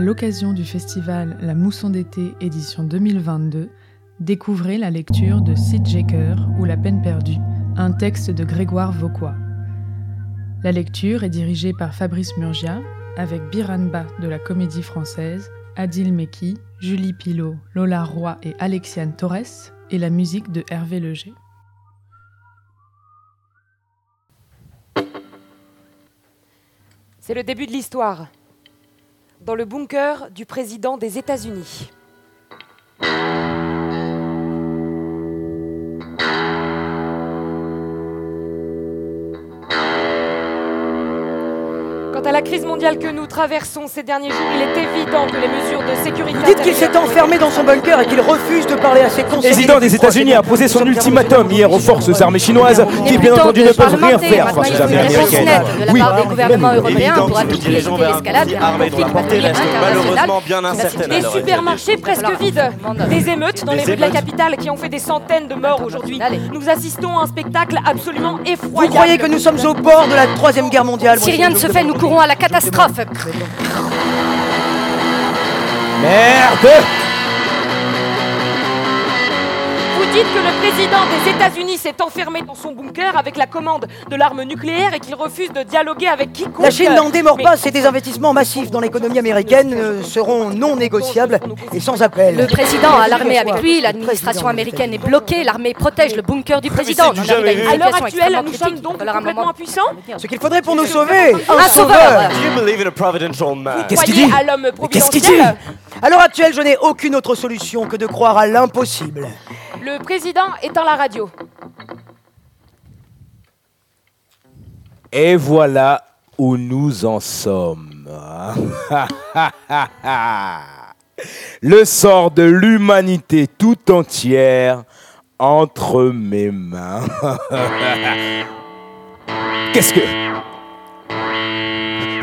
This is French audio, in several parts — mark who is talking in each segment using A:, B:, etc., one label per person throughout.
A: l'occasion du festival La Mousson d'été édition 2022, découvrez la lecture de Sid Jacker ou La peine perdue, un texte de Grégoire Vauquois. La lecture est dirigée par Fabrice Murgia, avec Biran Ba de la Comédie Française, Adil Meki, Julie Pilot, Lola Roy et Alexiane Torres, et la musique de Hervé Leger.
B: C'est le début de l'histoire. Dans le bunker du président des États-Unis. Quant à la crise mondiale que nous traversons ces derniers jours, il est évident que les mesures de sécurité.
C: Vous dites qu'il s'est enfermé dans son bunker et qu'il refuse de parler à ses conseillers.
D: président des États-Unis a posé son ultimatum hier aux forces armées chinoises qui, bien entendu, ne peuvent rien faire face aux armées américaines.
E: de la
D: Oui,
E: part des gouvernements européens
F: Évident
E: pour
F: que nous
E: appliquer
F: dirigeons vers un
E: l'escalade
F: conflit armé dont la portée reste malheureusement bien incertaine.
B: Des
F: à l'heure actuelle.
B: supermarchés presque vides, des émeutes dans les
F: Des
B: rues de la
F: émeutes.
B: capitale qui ont fait des centaines de morts aujourd'hui.
E: Allez.
B: Nous assistons à un spectacle absolument
C: Vous
B: effroyable.
C: croyez que nous sommes au bord de la Troisième Guerre mondiale
E: Si rien ne se fait, nous courons à la catastrophe.
D: Merde
B: Vous dites que le président des États-Unis s'est enfermé dans son bunker avec la commande de l'arme nucléaire et qu'il refuse de dialoguer avec quiconque.
C: La Chine n'en démord
B: Mais-
C: pas, ces désinvestissements massifs dans l'économie américaine euh, seront non négociables et sans appel.
E: Le président a l'armée avec lui, l'administration américaine est bloquée, l'armée protège le bunker du président.
F: c'est du
E: On arrive à une
F: jamais vu.
B: À l'heure
E: situation
B: actuelle,
E: extrêmement
B: nous
E: critique.
B: sommes donc
E: Il va falloir un moment-
B: complètement impuissants.
C: Ce qu'il faudrait pour nous sauver, un
E: Un
C: sauveur
E: sauveur.
F: Do you believe in a providential man?
D: Qu'est-ce qu'il
B: Croyez
D: dit
B: à l'homme
D: qu'est-ce qu'il
B: providentiel.
C: À l'heure actuelle, je n'ai aucune autre solution que de croire à l'impossible.
B: Le président éteint la radio.
D: Et voilà où nous en sommes. Le sort de l'humanité tout entière entre mes mains. Qu'est-ce que...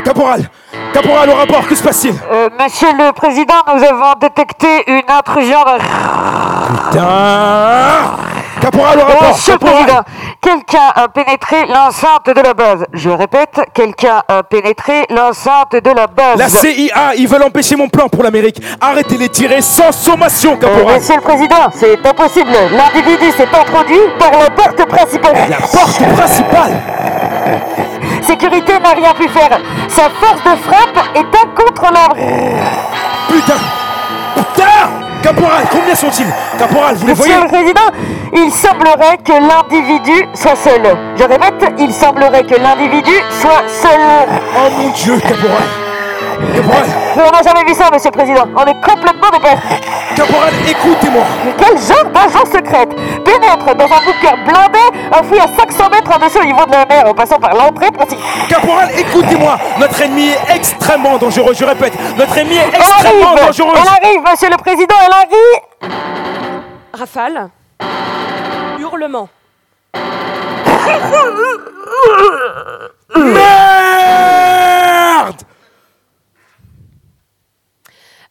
D: Caporal Caporal au rapport, que se passe-t-il
G: Euh, Monsieur le Président, nous avons détecté une intrusion dans
D: Putain Caporal au rapport
G: Monsieur
D: Ah.
G: le
D: Oh, caporal
G: Président, quelqu'un a pénétré l'enceinte de la base. Je répète, quelqu'un a pénétré l'enceinte de la base.
D: La CIA, ils veulent empêcher mon plan pour l'Amérique. Arrêtez les tirer sans sommation,
G: Euh,
D: caporal
G: Monsieur le Président, c'est impossible. L'individu s'est introduit par la porte
D: La
G: principale.
D: porte principale
G: Sécurité n'a rien pu faire. Sa force de frappe est incontrôlable.
D: Putain Putain Caporal, combien sont-ils Caporal, vous les voyez
G: Monsieur le Président, il semblerait que l'individu soit seul. Je répète, il semblerait que l'individu soit seul.
D: Oh mon dieu, Caporal Caporal
G: Mais on n'a jamais vu ça, monsieur le président. On est complètement dépêchés.
D: Caporal, écoutez-moi
G: Quel genre d'agent secrète pénètre dans un bunker blindé, enfui à 500 mètres en dessous au niveau de la mer, en passant par l'entrée principale.
D: Caporal, écoutez-moi Notre ennemi est extrêmement dangereux, je répète Notre ennemi est
G: Elle
D: extrêmement
G: arrive
D: dangereux
G: Elle arrive, monsieur le président, elle arrive
B: Rafale. Hurlement.
D: Merde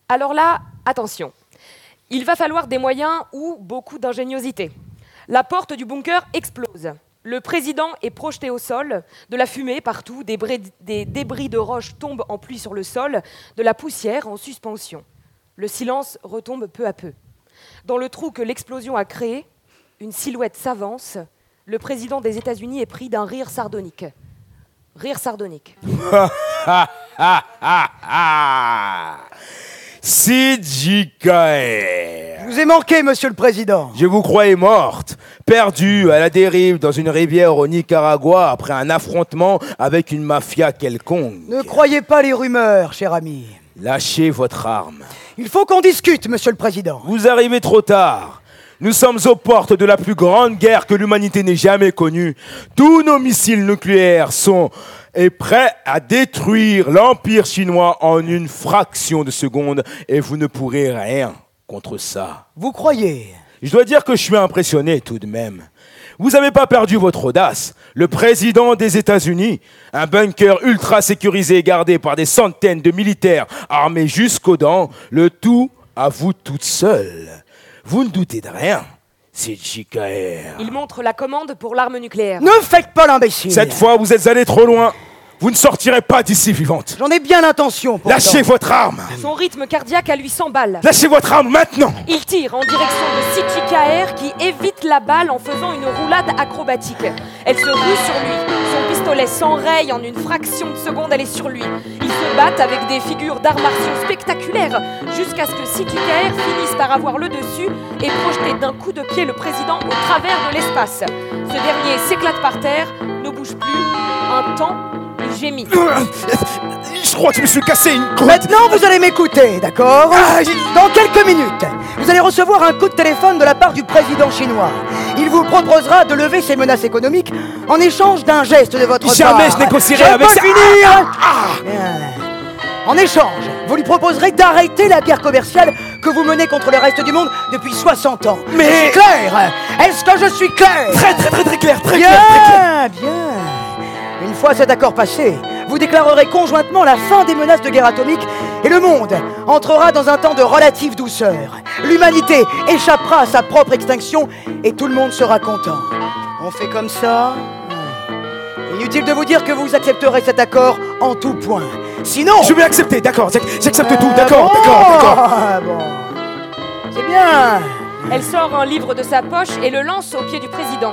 B: Alors là, attention. Il va falloir des moyens ou beaucoup d'ingéniosité. La porte du bunker explose. Le président est projeté au sol, de la fumée partout, des, bré- des débris de roches tombent en pluie sur le sol, de la poussière en suspension. Le silence retombe peu à peu. Dans le trou que l'explosion a créé, une silhouette s'avance. Le président des États-Unis est pris d'un rire sardonique. Rire sardonique.
D: Ah ah ah CJKR
C: Je vous ai manqué, monsieur le président.
D: Je vous croyais morte, perdue à la dérive dans une rivière au Nicaragua après un affrontement avec une mafia quelconque.
C: Ne croyez pas les rumeurs, cher ami.
D: Lâchez votre arme.
C: Il faut qu'on discute, monsieur le président.
D: Vous arrivez trop tard. Nous sommes aux portes de la plus grande guerre que l'humanité n'ait jamais connue. Tous nos missiles nucléaires sont et prêts à détruire l'Empire chinois en une fraction de seconde et vous ne pourrez rien contre ça.
C: Vous croyez
D: Je dois dire que je suis impressionné tout de même. Vous n'avez pas perdu votre audace. Le président des États-Unis, un bunker ultra sécurisé et gardé par des centaines de militaires armés jusqu'aux dents, le tout à vous toute seule. Vous ne doutez de rien. C'est JKR.
B: Il montre la commande pour l'arme nucléaire.
C: Ne faites pas l'imbécile.
D: Cette fois, vous êtes allé trop loin. Vous ne sortirez pas d'ici vivante.
C: J'en ai bien l'intention. pourtant.
D: Lâchez votre arme.
B: Son rythme cardiaque à lui s'emballe.
D: Lâchez votre arme maintenant.
B: Il tire en direction de Sichikaer qui évite la balle en faisant une roulade acrobatique. Elle se rue sur lui. Son pistolet s'enraye en une fraction de seconde, elle est sur lui. Ils se battent avec des figures d'arts martiaux spectaculaires jusqu'à ce que Sichikaer finisse par avoir le dessus et projeter d'un coup de pied le président au travers de l'espace. Ce dernier s'éclate par terre, ne bouge plus. Un temps, il gémit.
D: Je crois que je me suis cassé une crotte.
C: Maintenant, vous allez m'écouter, d'accord
D: Ah, j'ai-
C: Dans quelques minutes, vous allez recevoir un coup de téléphone de la part du président chinois. Il vous proposera de lever ses menaces économiques en échange d'un geste de votre part.
D: Jamais je négocierai
C: Je
D: avec
C: peux
D: ça. Ah,
C: finir Euh, En échange, vous lui proposerez d'arrêter la guerre commerciale que vous menez contre le reste du monde depuis 60 ans.
D: Mais-
C: Je suis clair Est-ce que je suis clair
D: Très très très très clair, très
C: Bien,
D: clair, très clair.
C: bien. Une fois cet accord passé, vous déclarerez conjointement la fin des menaces de guerre atomique et le monde entrera dans un temps de relative douceur. L'humanité échappera à sa propre extinction et tout le monde sera content. On fait comme ça Ouais. Inutile de vous dire que vous accepterez cet accord en tout point. Sinon...
D: Je vais accepter, d'accord, j'ac- j'accepte tout,
C: Ah
D: d'accord,
C: bon
D: d'accord, d'accord.
C: Ah bon. C'est bien.
B: Elle sort un livre de sa poche et le lance au pied du président.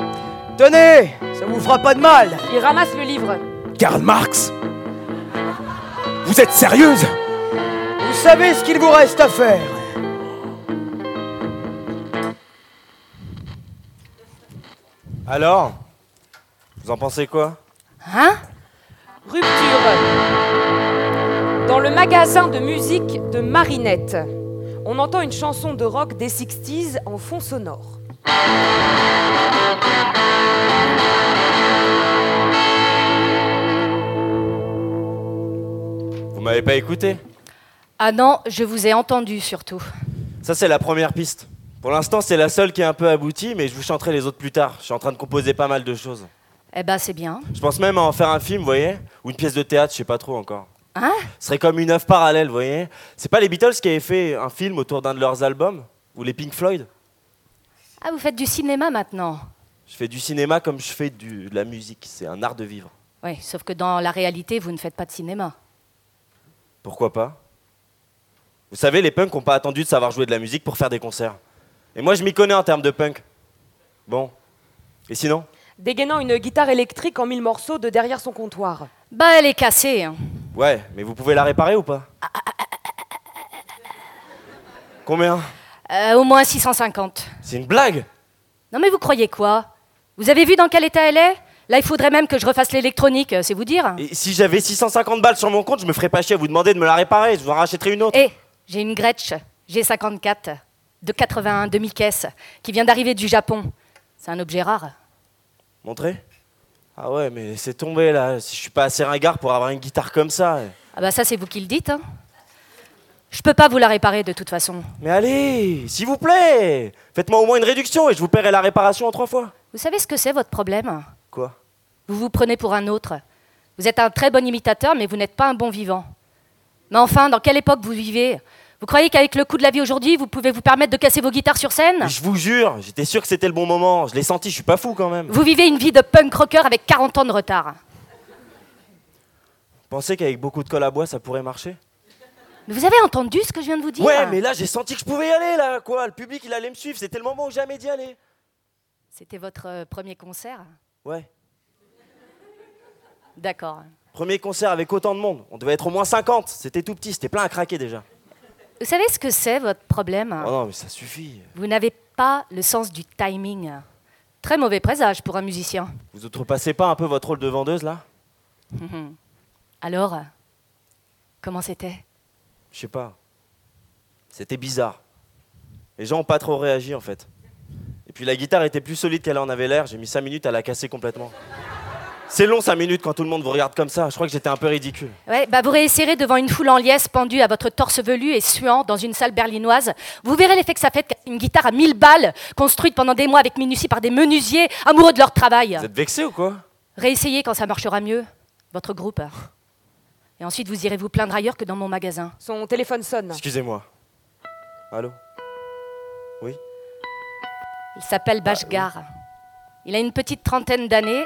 C: Tenez, ça vous fera pas de mal.
B: Il ramasse le livre.
D: Karl Marx Vous êtes sérieuse
C: Vous savez ce qu'il vous reste à faire.
F: Alors Vous en pensez quoi
E: Hein
B: Rupture. Dans le magasin de musique de Marinette, on entend une chanson de rock des 60s en fond sonore.
F: Vous m'avez pas écouté
E: Ah non, je vous ai entendu surtout.
F: Ça, c'est la première piste. Pour l'instant, c'est la seule qui est un peu aboutie, mais je vous chanterai les autres plus tard. Je suis en train de composer pas mal de choses.
E: Eh ben c'est bien.
F: Je pense même à en faire un film, vous voyez Ou une pièce de théâtre, je sais pas trop encore.
E: Hein
F: Ce serait comme une œuvre parallèle, vous voyez C'est pas les Beatles qui avaient fait un film autour d'un de leurs albums Ou les Pink Floyd
E: Ah, vous faites du cinéma maintenant
F: Je fais du cinéma comme je fais du- de la musique. C'est un art de vivre.
E: Oui, sauf que dans la réalité, vous ne faites pas de cinéma.
F: Pourquoi pas Vous savez, les punks n'ont pas attendu de savoir jouer de la musique pour faire des concerts. Et moi, je m'y connais en termes de punk. Bon. Et sinon
B: Dégainant une guitare électrique en mille morceaux de derrière son comptoir.
E: Bah, elle est cassée. hein.
F: Ouais, mais vous pouvez la réparer ou pas Combien
E: Euh, au moins 650.
F: C'est une blague
E: Non mais vous croyez quoi Vous avez vu dans quel état elle est Là, il faudrait même que je refasse l'électronique, euh, c'est vous dire.
F: Et si j'avais 650 balles sur mon compte, je me ferais pas chier à vous demander de me la réparer, je vous en rachèterais une autre.
E: Eh, j'ai une Gretsch G54 de 81 demi-caisse qui vient d'arriver du Japon. C'est un objet rare.
F: Montrez Ah ouais, mais c'est tombé là, si je suis pas assez ringard pour avoir une guitare comme ça.
E: Ah bah ça, c'est vous qui le dites. hein. Je peux pas vous la réparer de toute façon.
F: Mais allez, s'il vous plaît Faites-moi au moins une réduction et je vous paierai la réparation en trois fois.
E: Vous savez ce que c'est votre problème
F: Quoi
E: Vous vous prenez pour un autre. Vous êtes un très bon imitateur, mais vous n'êtes pas un bon vivant. Mais enfin, dans quelle époque vous vivez Vous croyez qu'avec le coût de la vie aujourd'hui, vous pouvez vous permettre de casser vos guitares sur scène
F: Mais Je vous jure, j'étais sûr que c'était le bon moment. Je l'ai senti, je suis pas fou quand même.
E: Vous vivez une vie de punk rocker avec 40 ans de retard.
F: Pensez qu'avec beaucoup de colle à bois, ça pourrait marcher
E: Mais vous avez entendu ce que je viens de vous dire
F: Ouais, mais là, j'ai senti que je pouvais y aller, là, quoi. Le public, il allait me suivre. C'était le moment où jamais d'y aller.
E: C'était votre euh, premier concert
F: Ouais.
E: D'accord.
F: Premier concert avec autant de monde. On devait être au moins 50. C'était tout petit, c'était plein à craquer déjà.
E: Vous savez ce que c'est votre problème
F: Oh non, mais ça suffit.
E: Vous n'avez pas le sens du timing. Très mauvais présage pour un musicien.
F: Vous outrepassez pas un peu votre rôle de vendeuse, là
E: Alors, euh, comment c'était
F: Je sais pas. C'était bizarre. Les gens ont pas trop réagi, en fait. Et puis la guitare était plus solide qu'elle en avait l'air. J'ai mis 5 minutes à la casser complètement. C'est long 5 minutes quand tout le monde vous regarde comme ça. Je crois que j'étais un peu ridicule.
E: Ouais, bah vous réessayerez devant une foule en liesse pendue à votre torse velu et suant dans une salle berlinoise. Vous verrez l'effet que ça fait de casser une guitare à 1000 balles, construite pendant des mois avec minutie par des menuisiers amoureux de leur travail.
F: Vous êtes vexé ou quoi
E: Réessayez quand ça marchera mieux, votre groupe. Et ensuite, vous irez vous plaindre ailleurs que dans mon magasin.
B: Son téléphone sonne.
F: Excusez-moi. Allô
E: Bah, Il s'appelle Bashgar. Il a une petite trentaine d'années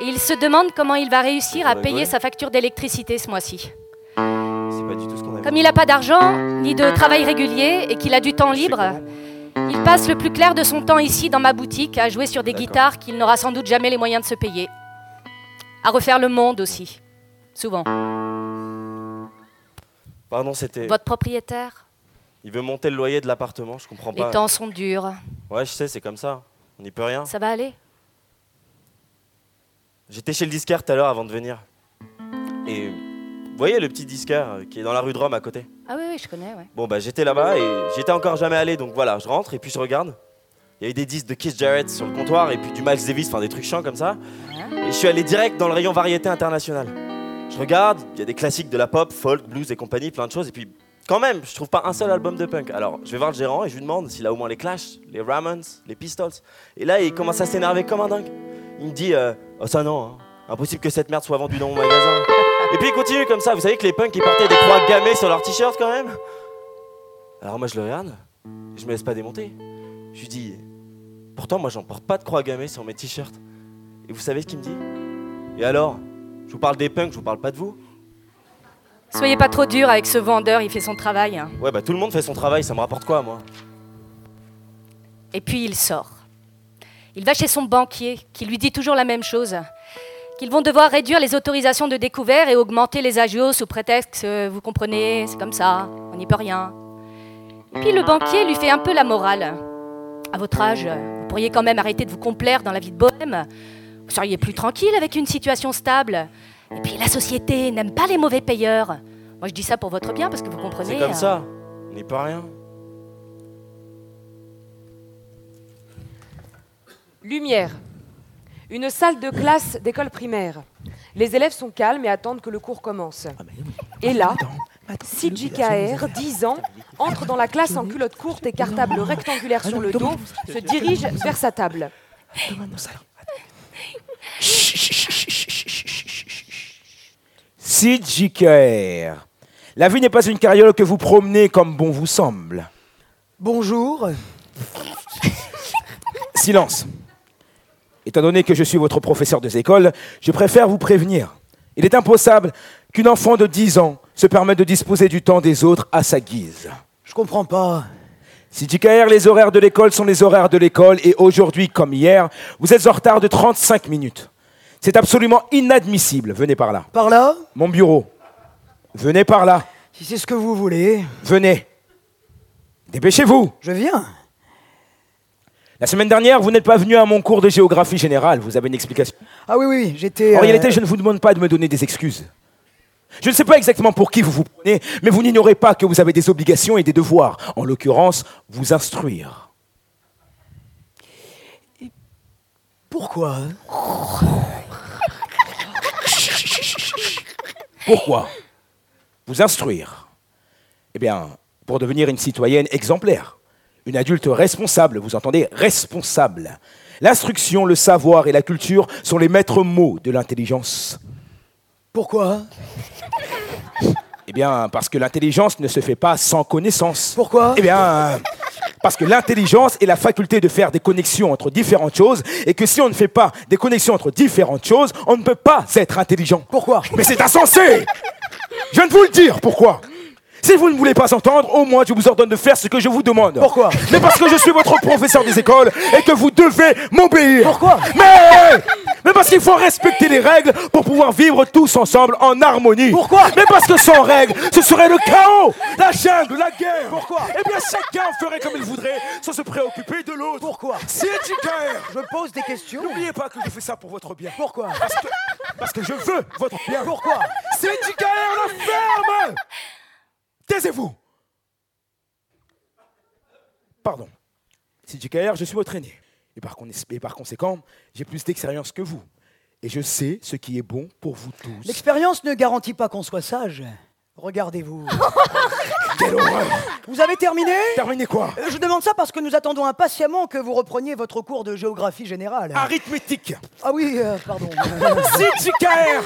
E: Et il se demande comment il va réussir à
F: Vous rigolez
E: payer sa facture d'électricité ce mois-ci.
F: C'est pas du tout ce qu'on a
E: Comme il n'a pas d'argent, ni de travail régulier, et qu'il a du temps
F: Je fais
E: libre,
F: comment
E: il passe le plus clair de son temps ici, dans ma boutique, à jouer sur des
F: D'accord.
E: guitares qu'il n'aura sans doute jamais les moyens de se payer. À refaire le monde aussi. Souvent.
F: Pardon, c'était.
E: Votre propriétaire
F: Il veut monter le loyer de l'appartement, je comprends pas.
E: Les temps sont durs.
F: Ouais, je sais, c'est comme ça. On n'y peut rien.
E: Ça va aller
F: J'étais chez le disquaire tout à l'heure avant de venir. Et vous voyez le petit disquaire euh, qui est dans la rue de Rome à côté
E: Ah oui, oui, je connais, ouais.
F: Bon bah j'étais là-bas et j'étais encore jamais allé donc voilà, je rentre et puis je regarde. Il y avait des disques de Keith Jarrett sur le comptoir et puis du Miles Davis, enfin des trucs chiants comme ça. Et je suis allé direct dans le rayon variété internationale. Je regarde, il y a des classiques de la pop, folk, blues et compagnie, plein de choses et puis quand même, je trouve pas un seul album de punk. Alors, je vais voir le gérant et je lui demande s'il a au moins les Clash, les Ramones, les Pistols. Et là, il commence à s'énerver comme un dingue. Il me dit euh, Oh, ça non, hein. impossible que cette merde soit vendue dans mon magasin. Et puis il continue comme ça. Vous savez que les punks, ils portaient des croix gammées sur leurs t-shirts quand même alors moi je le regarde, et je me laisse pas démonter. Je lui dis, pourtant moi j'en porte pas de croix gammée sur mes t-shirts. Et vous savez ce qu'il me dit Et alors Je vous parle des punks, je vous parle pas de vous
E: Soyez pas trop dur avec ce vendeur, il fait son travail. hein.
F: Ouais bah tout le monde fait son travail, ça me rapporte quoi moi
E: Et puis il sort. Il va chez son banquier, qui lui dit toujours la même chose. Qu'ils vont devoir réduire les autorisations de découvert et augmenter les agios sous prétexte, euh, vous comprenez, c'est comme ça, on n'y peut rien. Et puis le banquier lui fait un peu la morale. À votre âge, vous pourriez quand même arrêter de vous complaire dans la vie de bohème. Vous seriez plus tranquille avec une situation stable. Et puis la société n'aime pas les mauvais payeurs. Moi je dis ça pour votre bien parce que vous comprenez.
F: C'est comme
E: euh,
F: ça, on n'y peut rien.
B: Lumière. Une salle de classe d'école primaire. Les élèves sont calmes et attendent que le cours commence. Et là, CJKR, 10 ans, entre dans la classe en culotte courte et cartable rectangulaire sur le dos, se dirige vers sa table.
D: CJKR. La vie n'est pas une carriole que vous promenez comme bon vous semble.
C: Bonjour.
D: Silence. Étant donné que je suis votre professeur des écoles, je préfère vous prévenir. Il est impossible qu'une enfant de 10 ans se permette de disposer du temps des autres à sa guise.
C: Je comprends pas.
D: Si JKR, les horaires de l'école sont les horaires de l'école et aujourd'hui comme hier, vous êtes en retard de 35 minutes. C'est absolument inadmissible. Venez par là.
C: Par là
D: Mon bureau. Venez par là.
C: Si c'est ce que vous voulez,
D: Venez. Dépêchez-vous.
C: je viens.
D: La semaine dernière, vous n'êtes pas venu à mon cours de géographie générale. Vous avez une explication.
C: Ah oui, oui, oui, j'étais.
D: En
C: euh,
D: réalité, Oh, je ne vous demande pas de me donner des excuses. Je ne sais pas exactement pour qui vous vous prenez, mais vous n'ignorez pas que vous avez des obligations et des devoirs. En l'occurrence, vous instruire.
C: Pourquoi
D: Pourquoi Vous instruire. Eh bien, pour devenir une citoyenne exemplaire, une adulte responsable, vous entendez responsable. L'instruction, le savoir et la culture sont les maîtres mots de l'intelligence.
C: Pourquoi
D: Eh bien, parce que l'intelligence ne se fait pas sans connaissance.
C: Pourquoi
D: Eh bien, euh, parce que l'intelligence est la faculté de faire des connexions entre différentes choses et que si on ne fait pas des connexions entre différentes choses, on ne peut pas être intelligent.
C: Pourquoi
D: Mais c'est insensé Je viens de vous le dire, pourquoi si vous ne voulez pas entendre, au moins je vous ordonne de faire ce que je vous demande.
C: Pourquoi
D: Mais parce que je suis votre professeur des écoles et que vous devez m'obéir.
C: Pourquoi
D: Mais Mais parce qu'il faut respecter les règles pour pouvoir vivre tous ensemble en harmonie.
C: Pourquoi
D: Mais parce que sans règles, ce serait le chaos, la jungle, la guerre. Pourquoi Eh bien chacun ferait comme il voudrait sans se préoccuper de l'autre.
C: Pourquoi
D: C'est éducateur.
C: Je pose des questions.
D: N'oubliez pas que je fais ça pour votre bien.
C: Pourquoi
D: Parce que, parce que je veux votre bien.
C: Pourquoi
D: C'est du galère la ferme Taisez-vous Pardon. C'est du galère, je suis votre aîné. Et par, con- et par conséquent, j'ai plus d'expérience que vous. Et je sais ce qui est bon pour vous tous.
C: L'expérience ne garantit pas qu'on soit sage. Regardez-vous.
D: Quelle horreur
C: Vous avez terminé
D: Terminez quoi
C: Euh, Je demande ça parce que nous attendons impatiemment que vous repreniez votre cours de géographie générale.
D: Arithmétique
C: Ah oui, euh, pardon.
D: C'est du galère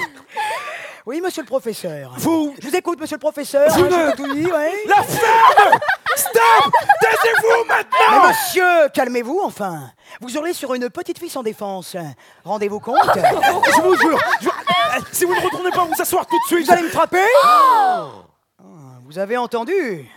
C: oui, monsieur le professeur.
D: Vous
C: Je vous écoute, monsieur le professeur.
D: Vous
C: Hein,
D: ne-
C: je peux tout dire, ouais.
D: La ferme Stop Taisez-vous
C: Mais
D: maintenant
C: monsieur, calmez-vous enfin. Vous hurlez sur une petite fille sans défense. Rendez-vous compte Je vous jure, je-
D: Euh, Si vous ne retournez pas vous asseoir tout de suite,
C: vous allez me frapper
D: Oh
C: Ah, Vous avez entendu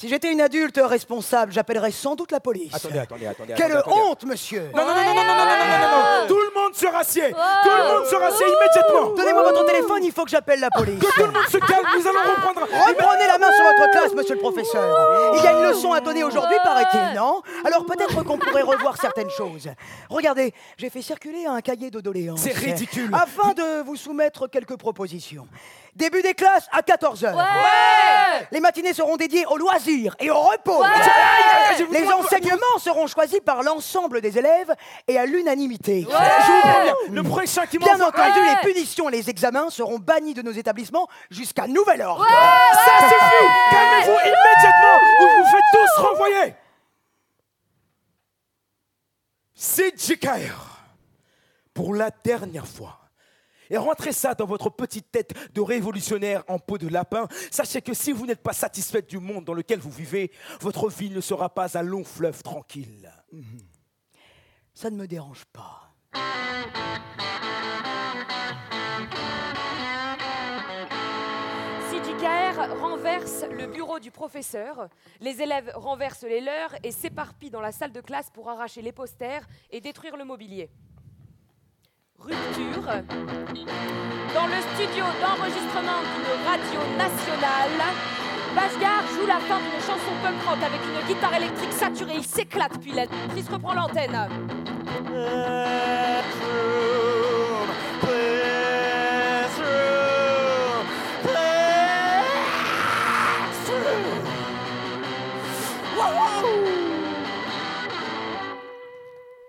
C: Si j'étais une adulte responsable, j'appellerais sans doute la police.
D: Attendez, attendez, attendez.
C: Quelle
D: attendez, attendez.
C: honte, monsieur
D: Non, non, non, non, non, non, non, non, non, non, non, non. Tout le monde se rassied Tout le monde se rassied immédiatement
C: Donnez-moi votre téléphone, il faut que j'appelle la police.
D: Que tout le monde se calme, nous allons reprendre...
C: Reprenez la main sur votre classe, monsieur le professeur. Il y a une leçon à donner aujourd'hui, paraît-il, non Alors peut-être qu'on pourrait revoir certaines choses. Regardez, j'ai fait circuler un cahier de doléances.
D: C'est ridicule.
C: Afin de vous soumettre quelques propositions. Début des classes à 14h. Les matinées seront dédiées aux loisirs et au repos. Les enseignements seront choisis par l'ensemble des élèves et à l'unanimité.
D: Je vous préviens, le prochain qui
C: Bien
D: m'envoie...
C: entendu, les punitions et les examens seront bannis de nos établissements jusqu'à nouvel ordre.
D: Ça suffit Calmez-vous immédiatement ou vous vous faites tous renvoyer C'est JKR pour la dernière fois. Et rentrez ça dans votre petite tête de révolutionnaire en peau de lapin. Sachez que si vous n'êtes pas satisfait du monde dans lequel vous vivez, votre vie ne sera pas un long fleuve tranquille.
C: Ça ne me dérange pas.
B: CJKR renverse le bureau du professeur, les élèves renversent les leurs et s'éparpillent dans la salle de classe pour arracher les posters et détruire le mobilier. Rupture. Dans le studio d'enregistrement d'une radio nationale, Basgar joue la fin d'une chanson punk rock avec une guitare électrique saturée. Il s'éclate, puis la prise reprend l'antenne.
E: hein.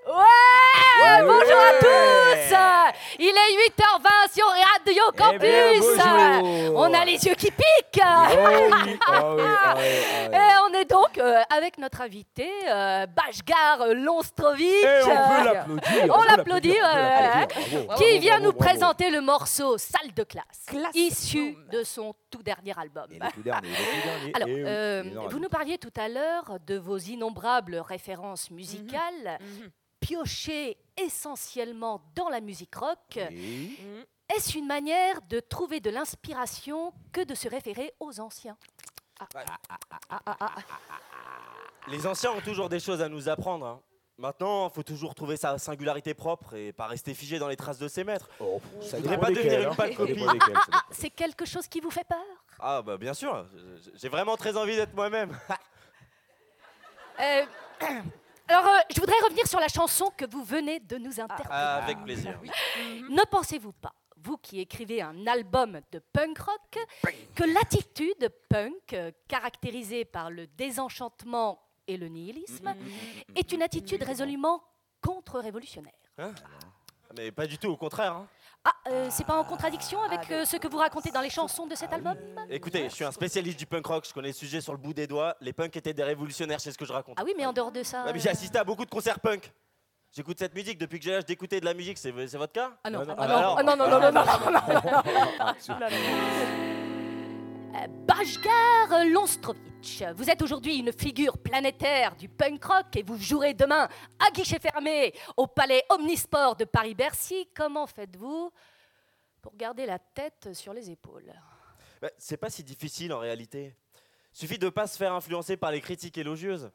E: Ouais, Ah, Bonjour à tous Il est 8h20 sur Radio Campus
D: Eh bonjour.
E: On a les yeux qui piquent
D: Ah
E: Et on est donc euh, avec notre invité, euh, Bashgar Lonstrovic,
D: Et Eh, on
E: euh,
D: peut l'applaudir. on
E: on l'applaudit,
D: peut l'applaudir, bravo.
E: qui
D: Bravo,
E: vient
D: bravo,
E: nous
D: bravo.
E: présenter le morceau Salle de classe,
B: Classe
E: issu
B: Room.
E: de son tout dernier album.
D: Et le tout dernier, le tout dernier,
E: Alors,
D: et oui,
E: euh,
D: Eh il est dans la-
E: vous nous parliez tout à l'heure de vos innombrables références musicales,
B: Mhm.
E: piochées essentiellement dans la musique rock.
D: Eh Oui.
E: Est-ce une manière de trouver de l'inspiration que de se référer aux anciens
F: Les anciens ont toujours des choses à nous apprendre. hein. Maintenant, faut toujours trouver sa singularité propre et pas rester figé dans les traces de ses maîtres.
D: Oh, ça
F: Vous
D: dépend
F: voulez pas
D: desquels,
F: devenir une
D: hein.
F: pâle
D: Ça
F: copie.
D: dépend desquels, ça dépend.
E: C'est quelque chose qui vous fait peur
F: Ah bah bien sûr, j'ai vraiment très envie d'être moi-même.
E: Euh, Alors, euh, je voudrais revenir sur la chanson que vous venez de nous interpréter.
F: Ah, Avec plaisir.
E: Ne pensez-vous pas, vous qui écrivez un album de punk rock, que l'attitude punk, euh, caractérisée par le désenchantement et le nihilisme, est une attitude résolument contre-révolutionnaire
F: Mais pas du tout, au contraire. hein.
E: Ah, euh, c'est pas en contradiction avec euh, ce que vous racontez dans les chansons de cet album
F: Écoutez, je suis un spécialiste du punk rock, je connais le sujet sur le bout des doigts. Les punks étaient des révolutionnaires, c'est ce que je raconte.
E: Ah oui, mais en dehors de ça.
F: Ah, mais
E: euh,
F: j'ai assisté à beaucoup de concerts punk. J'écoute cette musique depuis que j'ai l'âge d'écouter de la musique, c'est c'est votre cas
E: Ah non, ah
F: ah
E: non,
F: non,
E: ah non, non, non, non, non, non, non, Euh, Bashgar Lonstrovic, vous êtes aujourd'hui une figure planétaire du punk rock et vous jouerez demain à guichet fermé au palais Omnisport de Paris-Bercy. Comment faites-vous pour garder la tête sur les épaules
F: Bah, C'est pas si difficile en réalité. Suffit de pas se faire influencer par les critiques élogieuses.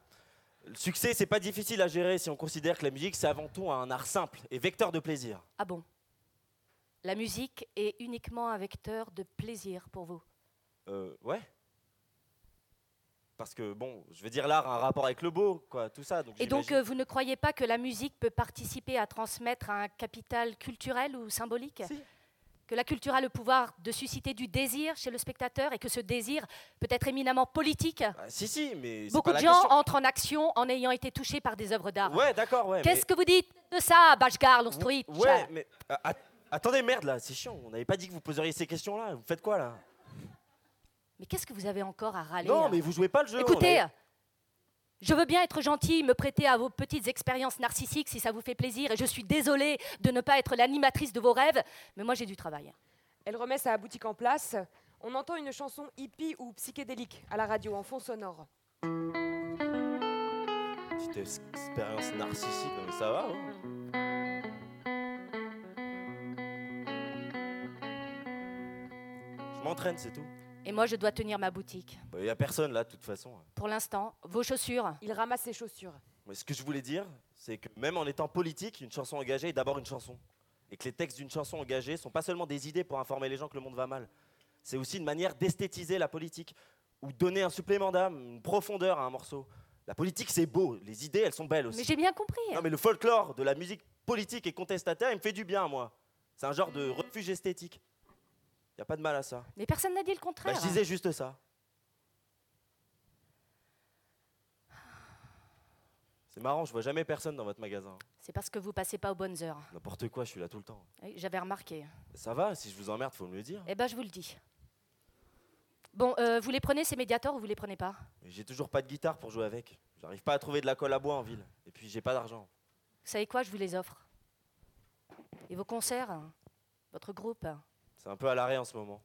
F: Le succès, c'est pas difficile à gérer si on considère que la musique, c'est avant tout un art simple et vecteur de plaisir.
E: Ah bon La musique est uniquement un vecteur de plaisir pour vous.
F: Euh, ouais. Parce que, bon, je veux dire, l'art a un rapport avec le beau, quoi, tout ça. Donc
E: Et donc,
F: j'imagine-
E: euh, vous ne croyez pas que la musique peut participer à transmettre un capital culturel ou symbolique
F: Si.
E: Que la culture a le pouvoir de susciter du désir chez le spectateur et que ce désir peut être éminemment politique
F: Ah, si, si, mais. c'est
E: Beaucoup
F: pas
E: de
F: la
E: gens
F: question.
E: entrent en action en ayant été touchés par des œuvres d'art.
F: Ouais, d'accord, ouais.
E: Ah. Qu'est-ce que vous dites de ça, Bashgar
F: mais-
E: Lonstrovic
F: Ouais, mais. ah, att- attendez, merde, là, c'est chiant. On n'avait pas dit que vous poseriez ces questions-là. Vous faites quoi, là
E: Mais qu'est-ce que vous avez encore à râler
F: Non,
E: là
F: mais vous jouez pas le jeu. on
E: hein. Écoutez,
F: avait-
E: je veux bien être gentil, me prêter à vos petites expériences narcissiques si ça vous fait plaisir, et je suis désolée de ne pas être l'animatrice de vos rêves, mais moi j'ai du travail. hein.
B: Elle remet sa boutique en place. On entend une chanson hippie ou psychédélique à la radio en fond sonore.
E: Ah euh.
F: Petite ex- expérience narcissique, non mais ça va. hein Je m'entraîne, c'est tout.
E: Et moi, je dois tenir ma boutique.
F: Il n'y a personne là, de toute façon. hein.
E: Pour l'instant, vos chaussures.
B: Il ramasse ses chaussures.
F: Mais ce que je voulais dire, c'est que même en étant politique, une chanson engagée est d'abord une chanson. Et que les textes d'une chanson engagée sont pas seulement des idées pour informer les gens que le monde va mal. C'est aussi une manière d'esthétiser la politique ou donner un supplément d'âme, une profondeur à un morceau. La politique, c'est beau. Les idées, elles sont belles aussi.
E: Mais j'ai bien compris.
F: Non, mais le folklore de la musique politique et contestataire, il me fait du bien, moi. C'est un genre
E: Mmh.
F: de refuge esthétique. Y a pas de mal à ça.
E: Mais personne n'a dit le
F: Bah,
E: contraire.
F: je disais juste ça. C'est marrant, je vois jamais personne dans votre magasin.
E: C'est parce que vous passez pas aux bonnes heures.
F: N'importe quoi, je suis là tout le temps.
E: Oui, J'avais remarqué.
F: Ça va, si je vous emmerde, faut me le dire.
E: Eh ben, je vous le dis. Bon, euh, vous les prenez ces médiators ou vous les prenez pas
F: Mais J'ai toujours pas de guitare pour jouer avec. J'arrive pas à trouver de la colle à bois en ville. Et puis j'ai pas d'argent.
E: Vous savez quoi Je vous les offre. Et vos concerts hein Votre groupe hein
F: C'est un peu à l'arrêt en ce moment.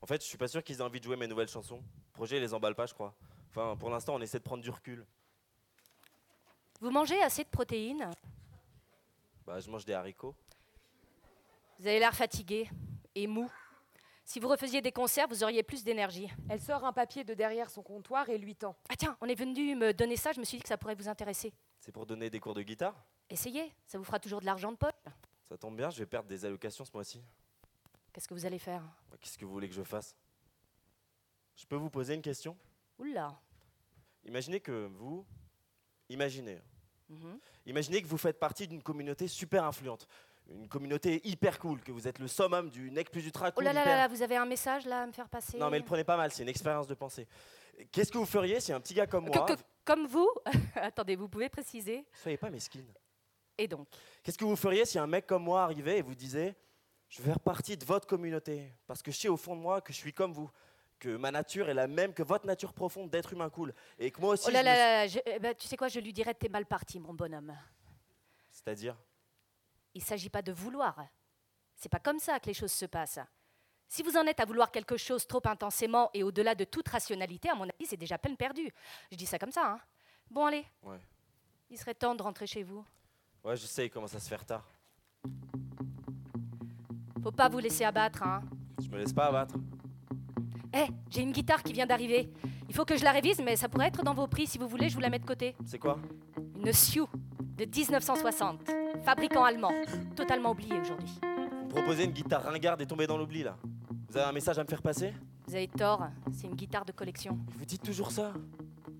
F: En fait, je suis pas sûr qu'ils aient envie de jouer mes nouvelles chansons. Le projet les emballe pas, je crois. Enfin, pour l'instant, on essaie de prendre du recul.
E: Vous mangez assez de protéines
F: Bah, je mange des haricots.
E: Vous avez l'air fatigué et mou. Si vous refaisiez des concerts, vous auriez plus d'énergie.
B: Elle sort un papier de derrière son comptoir et lui tend.
E: Ah tiens, on est venu me donner ça, je me suis dit que ça pourrait vous intéresser.
F: C'est pour donner des cours de guitare
E: Essayez, ça vous fera toujours de l'argent de poche.
F: Ça tombe bien, je vais perdre des allocations ce mois-ci.
E: Qu'est-ce que vous allez faire
F: Bah, Qu'est-ce que vous voulez que je fasse Je peux vous poser une question
E: Oula.
F: Imaginez que vous. Imaginez.
E: Mhm.
F: Imaginez que vous faites partie d'une communauté super influente. Une communauté hyper cool, que vous êtes le summum du nec plus ultra
E: Oh
F: cool.
E: là là là
F: hyper-
E: là, vous avez un message là à me faire passer
F: Non, mais le prenez pas mal, c'est une expérience de pensée. Qu'est-ce que vous feriez si un petit gars comme moi.
E: Que- que- Comme vous, attendez, vous pouvez préciser.
F: Soyez pas mesquine.
E: Et donc
F: Qu'est-ce que vous feriez si un mec comme moi arrivait et vous disait Je veux faire partie de votre communauté Parce que je sais au fond de moi que je suis comme vous, que ma nature est la même que votre nature profonde d'être humain cool. Et que moi aussi.
E: Oh là
F: je
E: là
F: me-
E: là, je- eh ben, tu sais quoi, je lui dirais t'es mal parti, mon bonhomme.
F: C'est-à-dire
E: Il ne s'agit pas de vouloir. C'est pas comme ça que les choses se passent. Si vous en êtes à vouloir quelque chose trop intensément et au-delà de toute rationalité, à mon avis, c'est déjà peine perdue. Je dis ça comme ça. Hein. Bon, allez,
F: Ouais.
E: il serait temps de rentrer chez vous.
F: Ouais, je sais, il commence à se faire tard.
E: Faut pas vous laisser abattre. Hein.
F: Je me laisse pas abattre.
E: Hé, Eh, j'ai une guitare qui vient d'arriver. Il faut que je la révise, mais ça pourrait être dans vos prix. Si vous voulez, je vous la mets de côté.
F: C'est quoi
E: Une Sioux de 1960, fabricant allemand, totalement oublié aujourd'hui.
F: Vous me proposez une guitare ringarde et tombée dans l'oubli là Vous avez un message à me faire passer
E: Vous avez tort, c'est une guitare de collection.
F: Vous dites toujours ça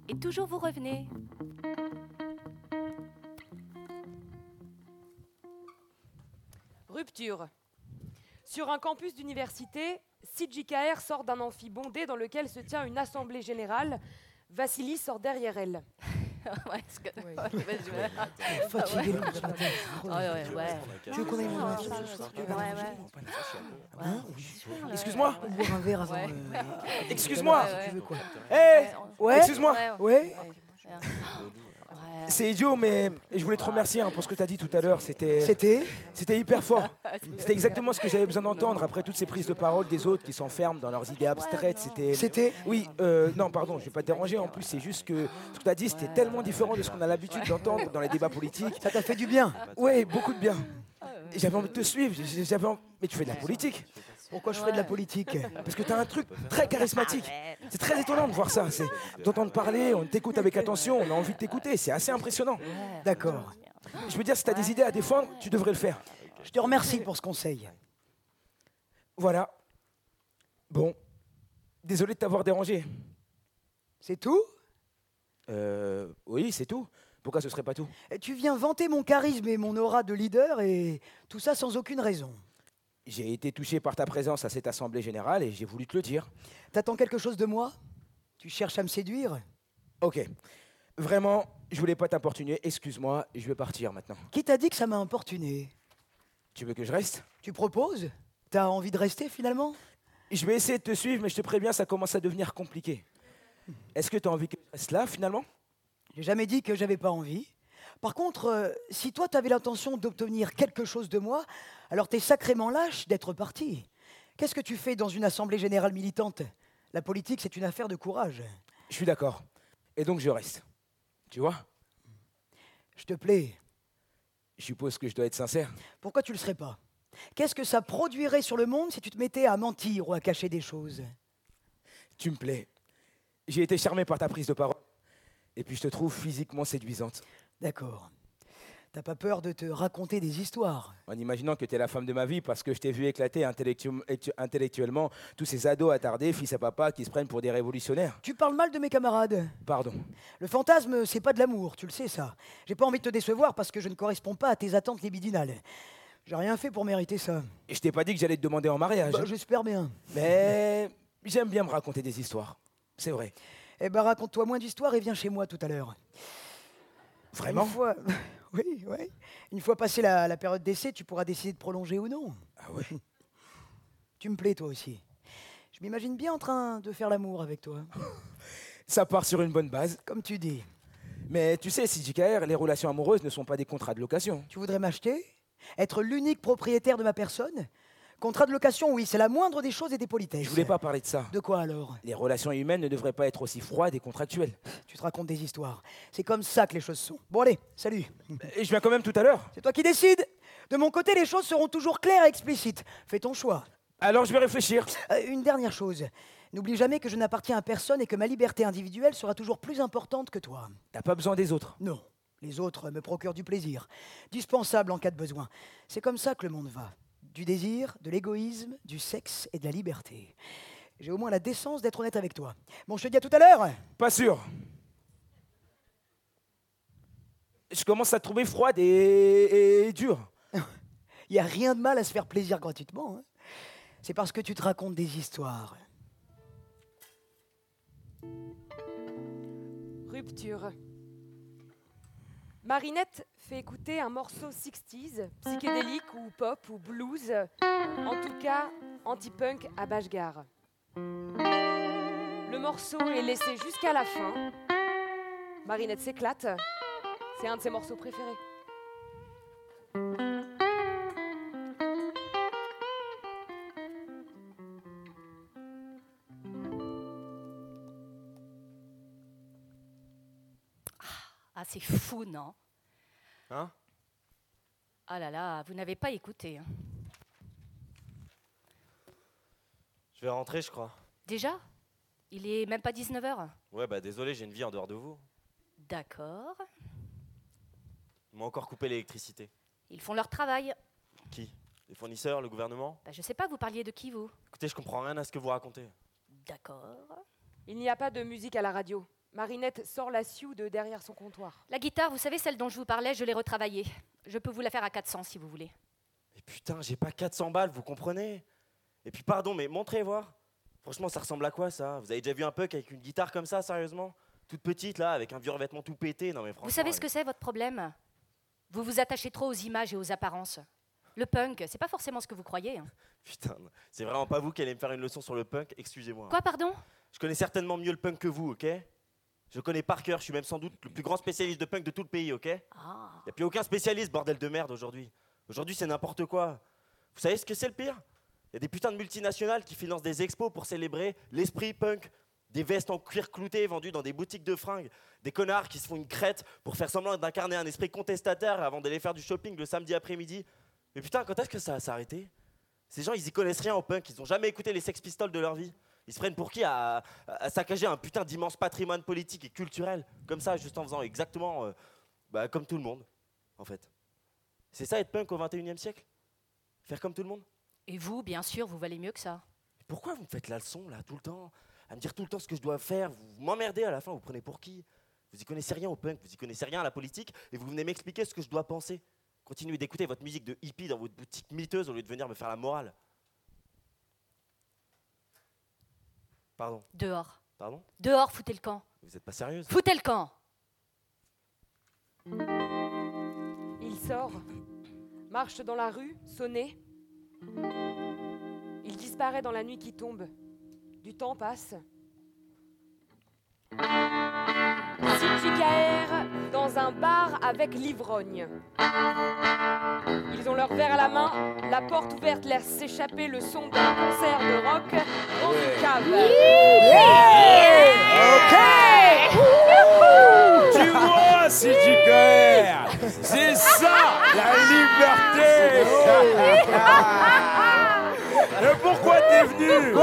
E: Et toujours vous revenez.
B: Rupture. Sur un campus d'université, CJKR sort d'un amphi bondé dans lequel se tient une assemblée générale. Vassili sort derrière elle.
E: Ouais, parce que-
A: Ouais.
E: Ouais, vas-y, Ah ouais. Ah
C: Fatigué.
E: Ouais, ouais, ouais.
C: Tu veux qu'on aille
E: Ah,
C: manger
E: ouais,
C: ce soir
E: ouais, ouais.
C: Hein
D: Excuse-moi.
C: Ou boire un verre avant.
E: Ouais.
C: euh,
D: Excuse-moi.
E: Ouais, ouais.
C: Tu veux quoi
D: Hé
E: Ouais,
C: Ouais.
D: Eh, Excuse-moi.
E: ouais, ouais.
C: Ouais.
E: Ouais.
D: C'est idiot, mais je voulais te remercier hein, pour ce que t'as dit tout à l'heure. C'était,
C: C'était
D: c'était hyper fort. C'était exactement ce que j'avais besoin d'entendre après toutes ces prises de parole des autres qui s'enferment dans leurs idées abstraites. C'était.
C: C'était
D: Oui, euh, non, pardon, je vais pas te déranger. En plus, c'est juste que ce que tu as dit, c'était tellement différent de ce qu'on a l'habitude d'entendre dans les débats politiques.
C: Ça t'a fait du bien.
D: Ouais, beaucoup de bien. Et J'avais envie de te suivre. j'ai- J'avais envie- Mais tu fais de la politique.
C: Pourquoi je ferais de la
E: Ouais.
C: politique
D: Parce que tu as un truc très charismatique. C'est très étonnant de voir ça. C'est d'entendre parler, on t'écoute avec attention, on a envie de t'écouter. C'est assez impressionnant.
C: D'accord.
D: Je veux dire, si tu as des idées à défendre, tu devrais le faire.
C: Je te remercie pour ce conseil.
D: Voilà. Bon. Désolé de t'avoir dérangé.
C: C'est tout
D: Euh, oui, c'est tout. Pourquoi ce serait pas tout
C: Et Tu viens vanter mon charisme et mon aura de leader et tout ça sans aucune raison.
D: J'ai été touché par ta présence à cette assemblée générale et j'ai voulu te le dire.
C: T'attends quelque chose de moi Tu cherches à me séduire
D: Ok. Vraiment, je voulais pas t'importuner. Excuse-moi, je vais partir maintenant.
C: Qui t'a dit que ça m'a importuné
D: Tu veux que je reste
C: Tu proposes T'as envie de rester finalement
D: Je vais essayer de te suivre, mais je te préviens, ça commence à devenir compliqué. Est-ce que tu as envie que je reste là finalement
C: J'ai jamais dit que j'avais pas envie. Par contre, euh, si toi t'avais l'intention d'obtenir quelque chose de moi, alors t'es sacrément lâche d'être parti. Qu'est-ce que tu fais dans une assemblée générale militante La politique, c'est une affaire de courage.
D: Je suis d'accord. Et donc je reste. Tu vois
C: Je te plais.
D: Je suppose que je dois être sincère.
C: Pourquoi tu le serais pas Qu'est-ce que ça produirait sur le monde si tu te mettais à mentir ou à cacher des choses
D: Tu me plais. J'ai été charmé par ta prise de parole. Et puis je te trouve physiquement séduisante.
C: D'accord. T'as pas peur de te raconter des histoires
D: En imaginant que tu es la femme de ma vie parce que je t'ai vu éclater intellectu- actu- intellectuellement tous ces ados attardés, fils à papa, qui se prennent pour des révolutionnaires.
C: Tu parles mal de mes camarades.
D: Pardon.
C: Le fantasme, c'est pas de l'amour, tu le sais ça. J'ai pas envie de te décevoir parce que je ne corresponds pas à tes attentes libidinales. J'ai rien fait pour mériter ça.
D: Et je t'ai pas dit que j'allais te demander en mariage.
C: Bah, J'espère bien.
D: Mais j'aime bien me raconter des histoires. C'est vrai.
C: Eh ben raconte-toi moins d'histoires et viens chez moi tout à l'heure.
D: Vraiment
C: Une fois, oui, oui. Une fois passée la, la période d'essai, tu pourras décider de prolonger ou non.
D: Ah ouais
C: Tu me plais toi aussi. Je m'imagine bien en train de faire l'amour avec toi,
D: Ça part sur une bonne base.
C: comme tu dis.
D: Mais tu sais, si JKR, les relations amoureuses ne sont pas des contrats de location.
C: Tu voudrais m'acheter Être l'unique propriétaire de ma personne Contrat de location, oui, c'est la moindre des choses et des politesses.
D: Je voulais pas parler de ça.
C: De quoi alors
D: Les relations humaines ne devraient pas être aussi froides et contractuelles.
C: Tu te racontes des histoires. C'est comme ça que les choses sont. Bon allez, salut.
D: Et je viens quand même tout à l'heure.
C: C'est toi qui décides. De mon côté, les choses seront toujours claires et explicites. Fais ton choix.
D: Alors je vais réfléchir.
C: Euh, une dernière chose. N'oublie jamais que je n'appartiens à personne et que ma liberté individuelle sera toujours plus importante que toi.
D: T'as pas besoin des autres.
C: Non, les autres me procurent du plaisir, dispensable en cas de besoin. C'est comme ça que le monde va. Du désir, de l'égoïsme, du sexe et de la liberté. J'ai au moins la décence d'être honnête avec toi. Bon, je te dis à tout à l'heure.
D: Pas sûr. Je commence à te trouver froide et, et dure.
C: Il n'y a rien de mal à se faire plaisir gratuitement. hein. C'est parce que tu te racontes des histoires.
B: Rupture. Marinette fait écouter un morceau 60s, psychédélique ou pop ou blues, en tout cas anti-punk à Bashgar. Le morceau est laissé jusqu'à la fin. Marinette s'éclate. C'est un de ses morceaux préférés.
E: Ah, c'est fou, non
F: Hein
E: Ah là là, vous n'avez pas écouté. hein.
F: Je vais rentrer, je crois.
E: Déjà Il est même pas 19h
F: Ouais, bah désolé, j'ai une vie en dehors de vous.
E: D'accord.
F: Ils m'ont encore coupé l'électricité.
E: Ils font leur travail.
F: Qui Les fournisseurs, le gouvernement
E: Bah, je sais pas, vous parliez de qui, vous
F: Écoutez, je comprends rien à ce que vous racontez.
E: D'accord.
B: Il n'y a pas de musique à la radio. Marinette sort la sioux de derrière son comptoir.
E: La guitare, vous savez, celle dont je vous parlais, je l'ai retravaillée. Je peux vous la faire à 400 si vous voulez.
F: Mais putain, j'ai pas 400 balles, vous comprenez Et puis pardon, mais montrez voir. Franchement, ça ressemble à quoi ça Vous avez déjà vu un puck avec une guitare comme ça, sérieusement Toute petite là, avec un vieux revêtement tout pété, non mais franchement.
E: Vous savez ce que c'est votre problème Vous vous attachez trop aux images et aux apparences. Le punk, c'est pas forcément ce que vous croyez. hein.
F: Putain, c'est vraiment pas vous qui allez me faire une leçon sur le punk, excusez-moi. hein.
E: Quoi, pardon
F: Je connais certainement mieux le punk que vous, ok Je connais par cœur, je suis même sans doute le plus grand spécialiste de punk de tout le pays, ok Y
E: Ah,
F: a plus aucun spécialiste, bordel de merde, aujourd'hui. Aujourd'hui, c'est n'importe quoi. Vous savez ce que c'est le pire Y a des putains de multinationales qui financent des expos pour célébrer l'esprit punk. Des vestes en cuir clouté vendues dans des boutiques de fringues. Des connards qui se font une crête pour faire semblant d'incarner un esprit contestataire avant d'aller faire du shopping le samedi après-midi. Mais putain, quand est-ce que ça va s'arrêter Ces gens, ils y connaissent rien au punk, ils ont jamais écouté les Sex Pistols de leur vie. Ils se prennent pour qui à, à- à saccager un putain d'immense patrimoine politique et culturel, comme ça, juste en faisant exactement euh, bah, comme tout le monde, en fait. C'est ça être punk au 21 e siècle Faire comme tout le monde
E: et vous, bien sûr, vous valez mieux que ça.
F: Mais Pourquoi vous me faites la leçon, là, tout le temps À me dire tout le temps ce que je dois faire Vous vous m'emmerdez à la fin, vous prenez pour qui Vous y connaissez rien au punk, vous y connaissez rien à la politique, et vous venez m'expliquer ce que je dois penser. Continuez d'écouter votre musique de hippie dans votre boutique miteuse au lieu de venir me faire la morale. Pardon,
E: Dehors.
F: pardon
E: Dehors, foutez le camp.
F: Vous êtes pas sérieuse
E: Foutez le camp
B: Il sort, marche dans la rue, sonné. Il disparaît dans la nuit qui tombe. Du temps passe. KR dans un bar avec l'ivrogne. Ils ont leur verre à la main, la porte ouverte laisse s'échapper le son d'un concert de rock dans une cave.
C: Ok
D: tu vois, si tu coeurs. C'est ça, la liberté. Mais pourquoi t'es venu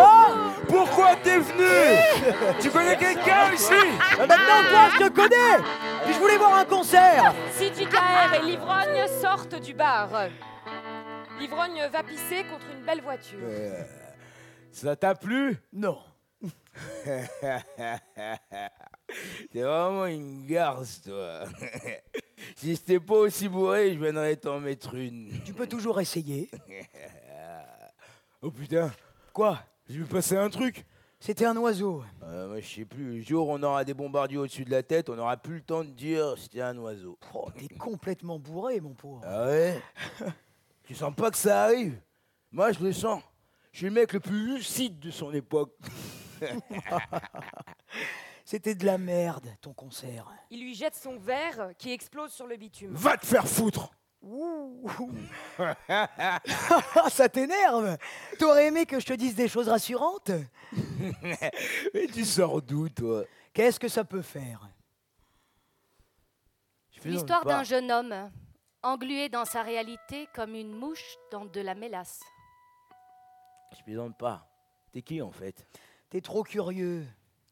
D: Pourquoi t'es venu Tu connais quelqu'un ici
C: Mais Maintenant, toi, je te connais Puis je voulais voir un concert
B: CJKR et l'ivrogne sortent du bar. L'ivrogne va pisser contre une belle voiture.
D: Ça t'a plu
C: Non.
D: T'es vraiment une garce, toi. si j'étais pas aussi bourré, je viendrais t'en mettre une.
C: Tu peux toujours essayer.
D: Oh putain,
C: Quoi
D: j'ai vu passer un truc.
C: C'était un oiseau.
D: Euh, moi, je sais plus, le jour où on aura des bombardiers au-dessus de la tête, on n'aura plus le temps de dire c'était un oiseau.
C: Oh, t'es complètement bourré, mon pauvre.
D: Ah ouais Tu sens pas que ça arrive Moi, je le sens. Je suis le mec le plus lucide de son époque.
C: C'était de la merde, ton concert.
B: Il lui jette son verre qui explose sur le bitume.
D: Va te faire foutre
C: Ouh. Ça t'énerve T'aurais aimé que je te dise des choses rassurantes
D: Mais tu sors d'où, toi
C: Qu'est-ce que ça peut faire
D: Je plaisante
E: L'histoire
D: pas.
E: d'un jeune homme englué dans sa réalité comme une mouche dans de la mélasse.
D: Je plaisante pas. T'es qui, en fait
C: T'es trop curieux.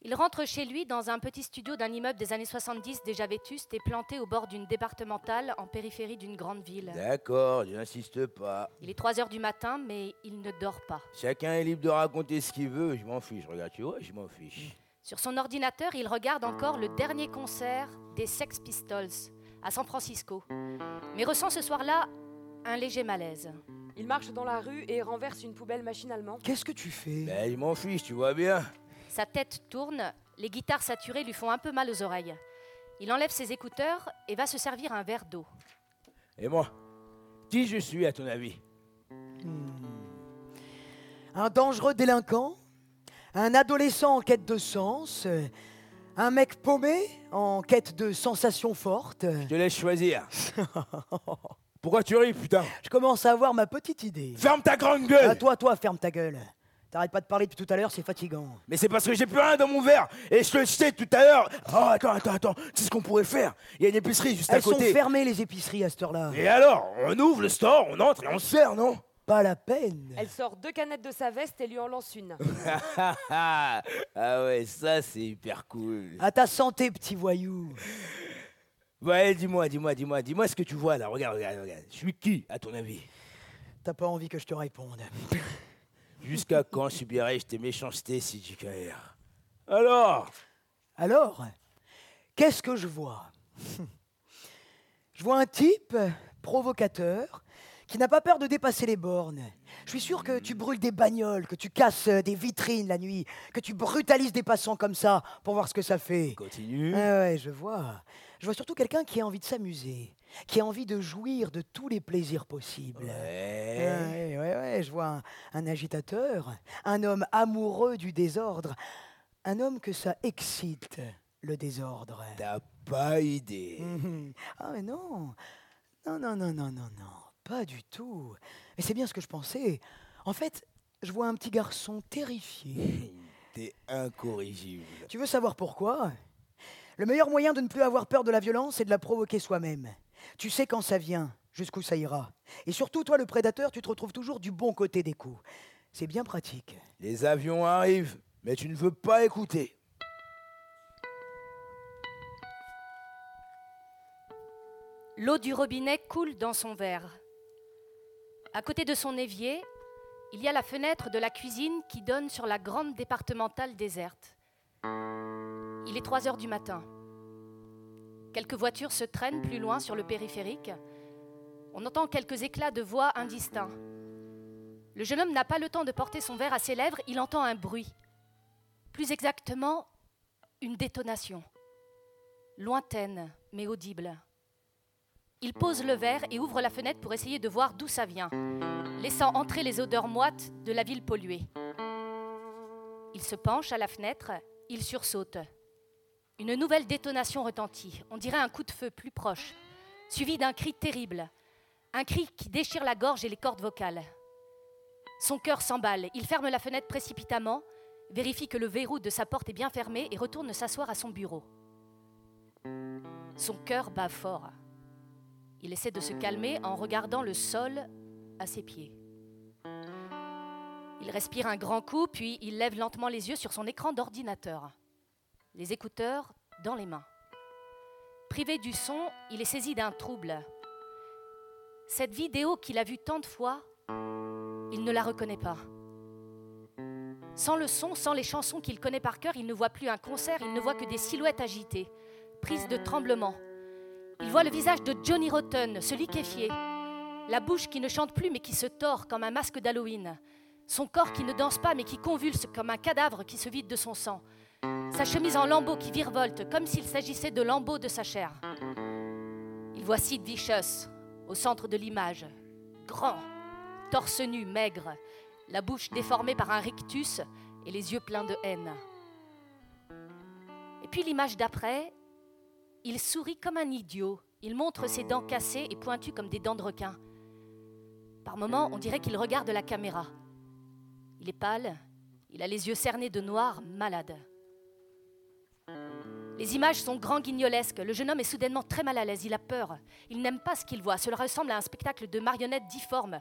E: Il rentre chez lui dans un petit studio d'un immeuble des années 70 déjà vétuste et planté au bord d'une départementale en périphérie d'une grande ville.
D: D'accord, je n'insiste pas.
E: Il est 3 heures du matin, mais il ne dort pas.
D: Chacun est libre de raconter ce qu'il veut, je m'en fiche. Regarde, tu vois, je m'en fiche.
E: Sur son ordinateur, il regarde encore le dernier concert des Sex Pistols à San Francisco, mais ressent ce soir-là un léger malaise.
B: Il marche dans la rue et renverse une poubelle machinalement.
C: Qu'est-ce que tu fais
D: Ben, je m'en fiche, tu vois bien.
E: Sa tête tourne, les guitares saturées lui font un peu mal aux oreilles. Il enlève ses écouteurs et va se servir un verre d'eau.
D: Et moi Qui je suis, à ton avis
C: Un dangereux délinquant Un adolescent en quête de sens euh, Un mec paumé en quête de sensations fortes
D: Je te laisse choisir. Pourquoi tu ris, putain
C: Je commence à avoir ma petite idée.
D: Ferme ta grande gueule
C: Ah, toi, toi, ferme ta gueule. T'arrêtes pas de parler depuis tout à l'heure, c'est fatigant.
D: Mais c'est parce que j'ai plus rien dans mon verre Et je le sais tout à l'heure Oh, attends, attends, attends, tu sais ce qu'on pourrait faire Il y a une épicerie juste à
C: Elles sont
D: côté.
C: fermées, les épiceries, à cette heure-là.
D: Et alors On ouvre le store, on entre et on se sert, non
C: Pas la peine.
B: Elle sort deux canettes de sa veste et lui en lance une.
D: Ah ouais, ça c'est hyper cool.
C: À ta santé, petit voyou.
D: Ouais, dis-moi, dis-moi, dis-moi, dis-moi ce que tu vois là. Regarde, regarde, regarde. Je suis qui, à ton avis
C: T'as pas envie que je te réponde.
D: Jusqu'à quand subirais-je tes méchancetés, CJKR Alors
C: Alors, qu'est-ce que je vois Je vois un type provocateur qui n'a pas peur de dépasser les bornes. Je suis sûr que tu brûles des bagnoles, que tu casses euh, des vitrines la nuit, que tu brutalises des passants comme ça pour voir ce que ça fait.
D: Continue.
C: Ah ouais, je vois. Je vois surtout quelqu'un qui a envie de s'amuser, qui a envie de jouir de tous les plaisirs possibles.
D: Ouais.
C: Ouais, ouais, ouais, je vois un, un agitateur, un homme amoureux du désordre, un homme que ça excite, le désordre.
D: T'as pas idée.
C: Mhm. Ah mais non, non, non, non, non, non, non, pas du tout. Mais c'est bien ce que je pensais. En fait, je vois un petit garçon terrifié.
D: T'es incorrigible.
C: tu veux savoir pourquoi Le meilleur moyen de ne plus avoir peur de la violence, c'est de la provoquer soi-même. Tu sais quand ça vient, jusqu'où ça ira. Et surtout, toi, le prédateur, tu te retrouves toujours du bon côté des coups. C'est bien pratique.
D: Les avions arrivent, mais tu ne veux pas écouter.
E: L'eau du robinet coule dans son verre. À côté de son évier, il y a la fenêtre de la cuisine qui donne sur la grande départementale déserte. Il est 3 heures du matin. Quelques voitures se traînent plus loin sur le périphérique. On entend quelques éclats de voix indistincts. Le jeune homme n'a pas le temps de porter son verre à ses lèvres, il entend un bruit. Plus exactement, une détonation. Lointaine, mais audible. Il pose le verre et ouvre la fenêtre pour essayer de voir d'où ça vient, laissant entrer les odeurs moites de la ville polluée. Il se penche à la fenêtre, il sursaute. Une nouvelle détonation retentit, on dirait un coup de feu plus proche, suivi d'un cri terrible, un cri qui déchire la gorge et les cordes vocales. Son cœur s'emballe, il ferme la fenêtre précipitamment, vérifie que le verrou de sa porte est bien fermé et retourne s'asseoir à son bureau. Son cœur bat fort. Il essaie de se calmer en regardant le sol à ses pieds. Il respire un grand coup, puis il lève lentement les yeux sur son écran d'ordinateur, les écouteurs dans les mains. Privé du son, il est saisi d'un trouble. Cette vidéo qu'il a vue tant de fois, il ne la reconnaît pas. Sans le son, sans les chansons qu'il connaît par cœur, il ne voit plus un concert, il ne voit que des silhouettes agitées, prises de tremblements. Il voit le visage de Johnny Rotten se liquéfier, la bouche qui ne chante plus mais qui se tord comme un masque d'Halloween, son corps qui ne danse pas mais qui convulse comme un cadavre qui se vide de son sang, sa chemise en lambeaux qui virevolte comme s'il s'agissait de lambeaux de sa chair. Il voit Sid Vicious au centre de l'image, grand, torse nu, maigre, la bouche déformée par un rictus et les yeux pleins de haine. Et puis l'image d'après, il sourit comme un idiot. Il montre ses dents cassées et pointues comme des dents de requin. Par moments, on dirait qu'il regarde la caméra. Il est pâle, il a les yeux cernés de noir, malade. Les images sont grand guignolesques. Le jeune homme est soudainement très mal à l'aise. Il a peur. Il n'aime pas ce qu'il voit. Cela ressemble à un spectacle de marionnettes difformes.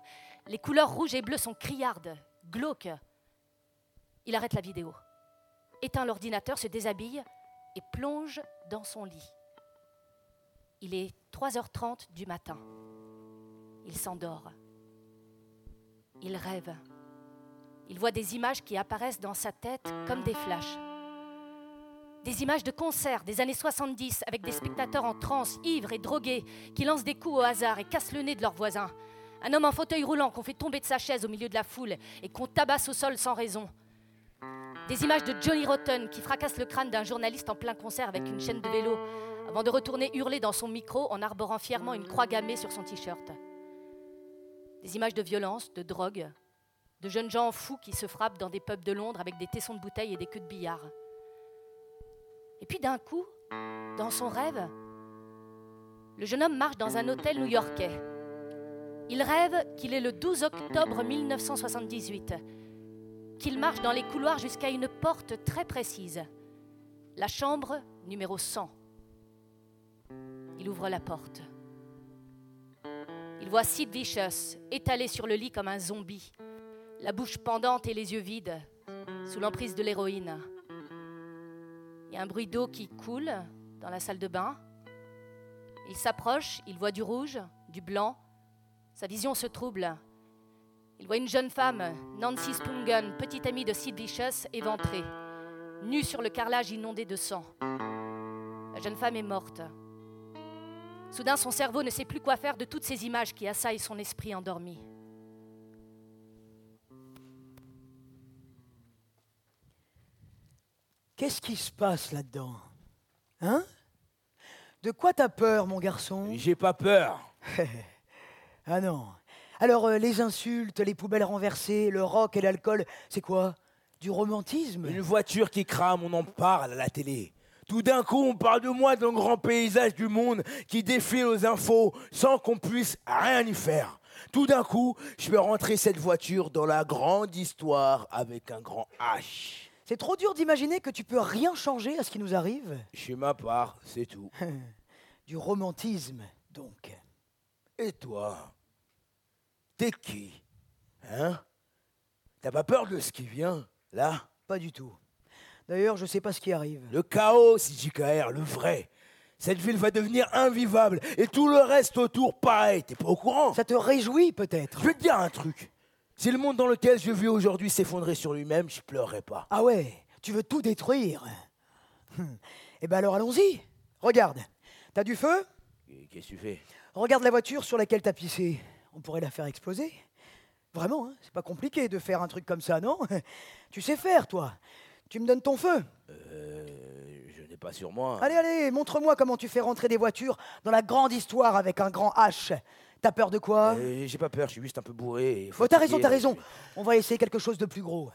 E: Les couleurs rouges et bleues sont criardes, glauques. Il arrête la vidéo, éteint l'ordinateur, se déshabille et plonge dans son lit. Il est 3h30 du matin. Il s'endort. Il rêve. Il voit des images qui apparaissent dans sa tête comme des flashs. Des images de concerts des années 70 avec des spectateurs en transe, ivres et drogués, qui lancent des coups au hasard et cassent le nez de leurs voisins. Un homme en fauteuil roulant qu'on fait tomber de sa chaise au milieu de la foule et qu'on tabasse au sol sans raison. Des images de Johnny Rotten qui fracasse le crâne d'un journaliste en plein concert avec une chaîne de vélo, avant de retourner hurler dans son micro en arborant fièrement une croix gammée sur son t-shirt. Des images de violence, de drogue, de jeunes gens fous qui se frappent dans des pubs de Londres avec des tessons de bouteilles et des queues de billard. Et puis d'un coup, dans son rêve, le jeune homme marche dans un hôtel new-yorkais. Il rêve qu'il est le 12 octobre 1978, qu'il marche dans les couloirs jusqu'à une porte très précise, la chambre numéro 100. Il ouvre la porte. Il voit Sid Vicious étalé sur le lit comme un zombie, la bouche pendante et les yeux vides, sous l'emprise de l'héroïne. Il y a un bruit d'eau qui coule dans la salle de bain. Il s'approche, il voit du rouge, du blanc. Sa vision se trouble. Il voit une jeune femme, Nancy Spungen, petite amie de Sid Vicious, éventrée, nue sur le carrelage inondé de sang. La jeune femme est morte. Soudain, son cerveau ne sait plus quoi faire de toutes ces images qui assaillent son esprit endormi.
C: Qu'est-ce qui se passe là-dedans Hein De quoi t'as peur, mon garçon
D: J'ai pas peur.
C: Ah non. Alors, euh, les insultes, les poubelles renversées, le rock et l'alcool, c'est quoi Du romantisme
D: Une voiture qui crame, on en parle à la télé. Tout d'un coup, on parle de moi d'un grand paysage du monde qui défile aux infos sans qu'on puisse rien y faire. Tout d'un coup, je vais rentrer cette voiture dans la grande histoire avec un grand H.
C: C'est trop dur d'imaginer que tu peux rien changer à ce qui nous arrive.
D: Chez ma part, c'est tout.
C: Du romantisme, donc.
D: Et toi T'es qui Hein T'as pas peur de ce qui vient, là
C: Pas du tout. D'ailleurs, je sais pas ce qui arrive.
D: Le chaos, JKR, le vrai. Cette ville va devenir invivable et tout le reste autour, pareil. T'es pas au courant
C: Ça te réjouit peut-être
D: Je vais te dire un truc. Si le monde dans lequel je vis aujourd'hui s'effondrait sur lui-même, je pleurerais pas.
C: Ah ouais, tu veux tout détruire Hum. Eh ben alors allons-y. Regarde, t'as du feu
D: Et Qu'est-ce que tu fais
C: Regarde la voiture sur laquelle t'as pissé. On pourrait la faire exploser. Vraiment, hein, c'est pas compliqué de faire un truc comme ça, non Tu sais faire, toi. Tu me donnes ton feu.
D: Euh, je n'ai pas sur moi.
C: Allez, allez, montre-moi comment tu fais rentrer des voitures dans la grande histoire avec un grand H. T'as peur de quoi
D: Euh, J'ai pas peur, je suis juste un peu bourré. et
C: Oh, t'as raison,
D: fatigué,
C: t'as raison.
D: donc
C: On va essayer quelque chose de plus gros.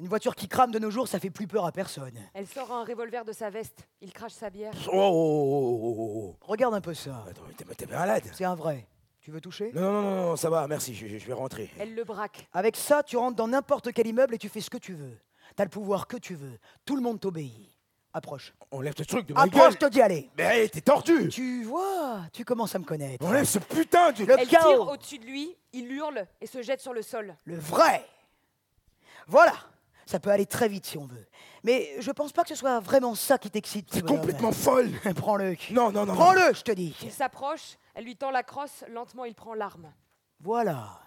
C: Une voiture qui crame de nos jours, ça fait plus peur à personne.
B: Elle sort un revolver de sa veste. Il crache sa bière.
D: je- Oh, oh, oh, oh,
C: Regarde un peu ça.
D: oh. Attends, mais t'es- mais t'es malade
C: C'est un vrai. Tu veux toucher
D: non, non, non, non, non, ça va, merci, je, je- je vais rentrer.
B: Elle le braque.
C: Avec ça, tu rentres dans n'importe quel immeuble et tu fais ce que tu veux. T'as le pouvoir que tu veux. Tout le monde t'obéit. Approche.
D: Enlève ce truc de ma
C: Approche, je
D: gueule.
C: te dis, allez.
D: Mais hey, t'es tordu.
C: Tu vois, tu commences à me connaître.
D: Enlève ce putain de...
C: Le
B: Elle tire
C: chaos,
B: au-dessus de lui, il hurle et se jette sur le sol.
C: le vrai. Voilà, ça peut aller très vite si on veut. Mais je pense pas que ce soit vraiment ça qui t'excite.
D: T'es
C: petit bonhomme.
D: complètement folle.
C: Prends-le.
D: Non, non, non. non.
C: Prends-le, je te dis.
B: Il s'approche, elle lui tend la crosse, lentement il prend l'arme.
C: Voilà.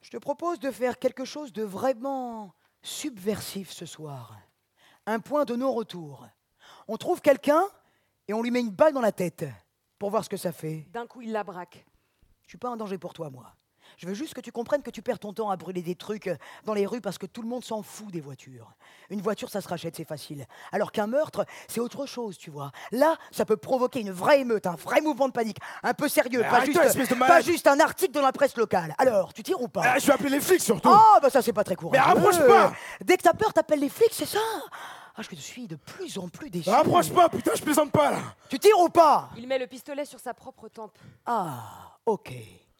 C: Je te propose de faire quelque chose de vraiment subversif ce soir. Un point de non-retour. On trouve quelqu'un et on lui met une balle dans la tête pour voir ce que ça fait.
B: D'un coup, il la braque.
C: Je suis pas en danger pour toi, moi. Je veux juste que tu comprennes que tu perds ton temps à brûler des trucs dans les rues parce que tout le monde s'en fout des voitures. Une voiture, ça se rachète, c'est facile. Alors qu'un meurtre, c'est autre chose, tu vois. Là, ça peut provoquer une vraie émeute, un vrai mouvement de panique, un peu sérieux,
D: Mais
C: pas
D: arrête-toi, Eh, espèce
C: juste,
D: de malade.
C: pas juste un article dans la presse locale. Alors, tu tires ou pas
D: Ah, je vais appeler les flics surtout.
C: Ah, bah ça, c'est pas très courant. Euh,
D: Mais rapproche pas
C: Dès que t'as peur, t'appelles les flics, c'est ça Ah, je suis de plus en plus déçu.
D: Approche pas, putain, je plaisante pas là.
C: Tu tires ou pas
B: Il met le pistolet sur sa propre tempe.
C: Ah, ok.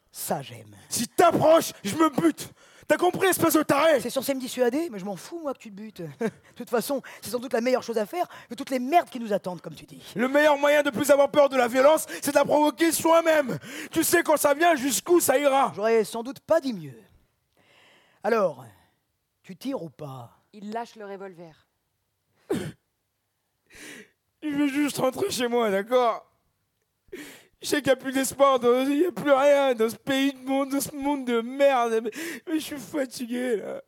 C: Ça, j'aime.
D: Si t'approches, je me bute. T'as compris, espèce de taré
C: C'est censé me dissuader, mais je m'en fous, moi, que tu te butes. de toute façon, c'est sans doute la meilleure chose à faire que toutes les merdes qui nous attendent, comme tu dis.
D: Le meilleur moyen de plus avoir peur de la violence, c'est de la provoquer soi-même. Tu sais quand ça vient, jusqu'où ça ira.
C: J'aurais sans doute pas dit mieux. Alors, tu tires ou pas
B: Il lâche le revolver.
D: Je veux juste rentrer chez moi, d'accord Je sais qu'il n'y a plus d'espoir, dans- il n'y a plus rien dans ce pays de monde, dans ce monde de merde. Mais, mais je suis fatigué, là.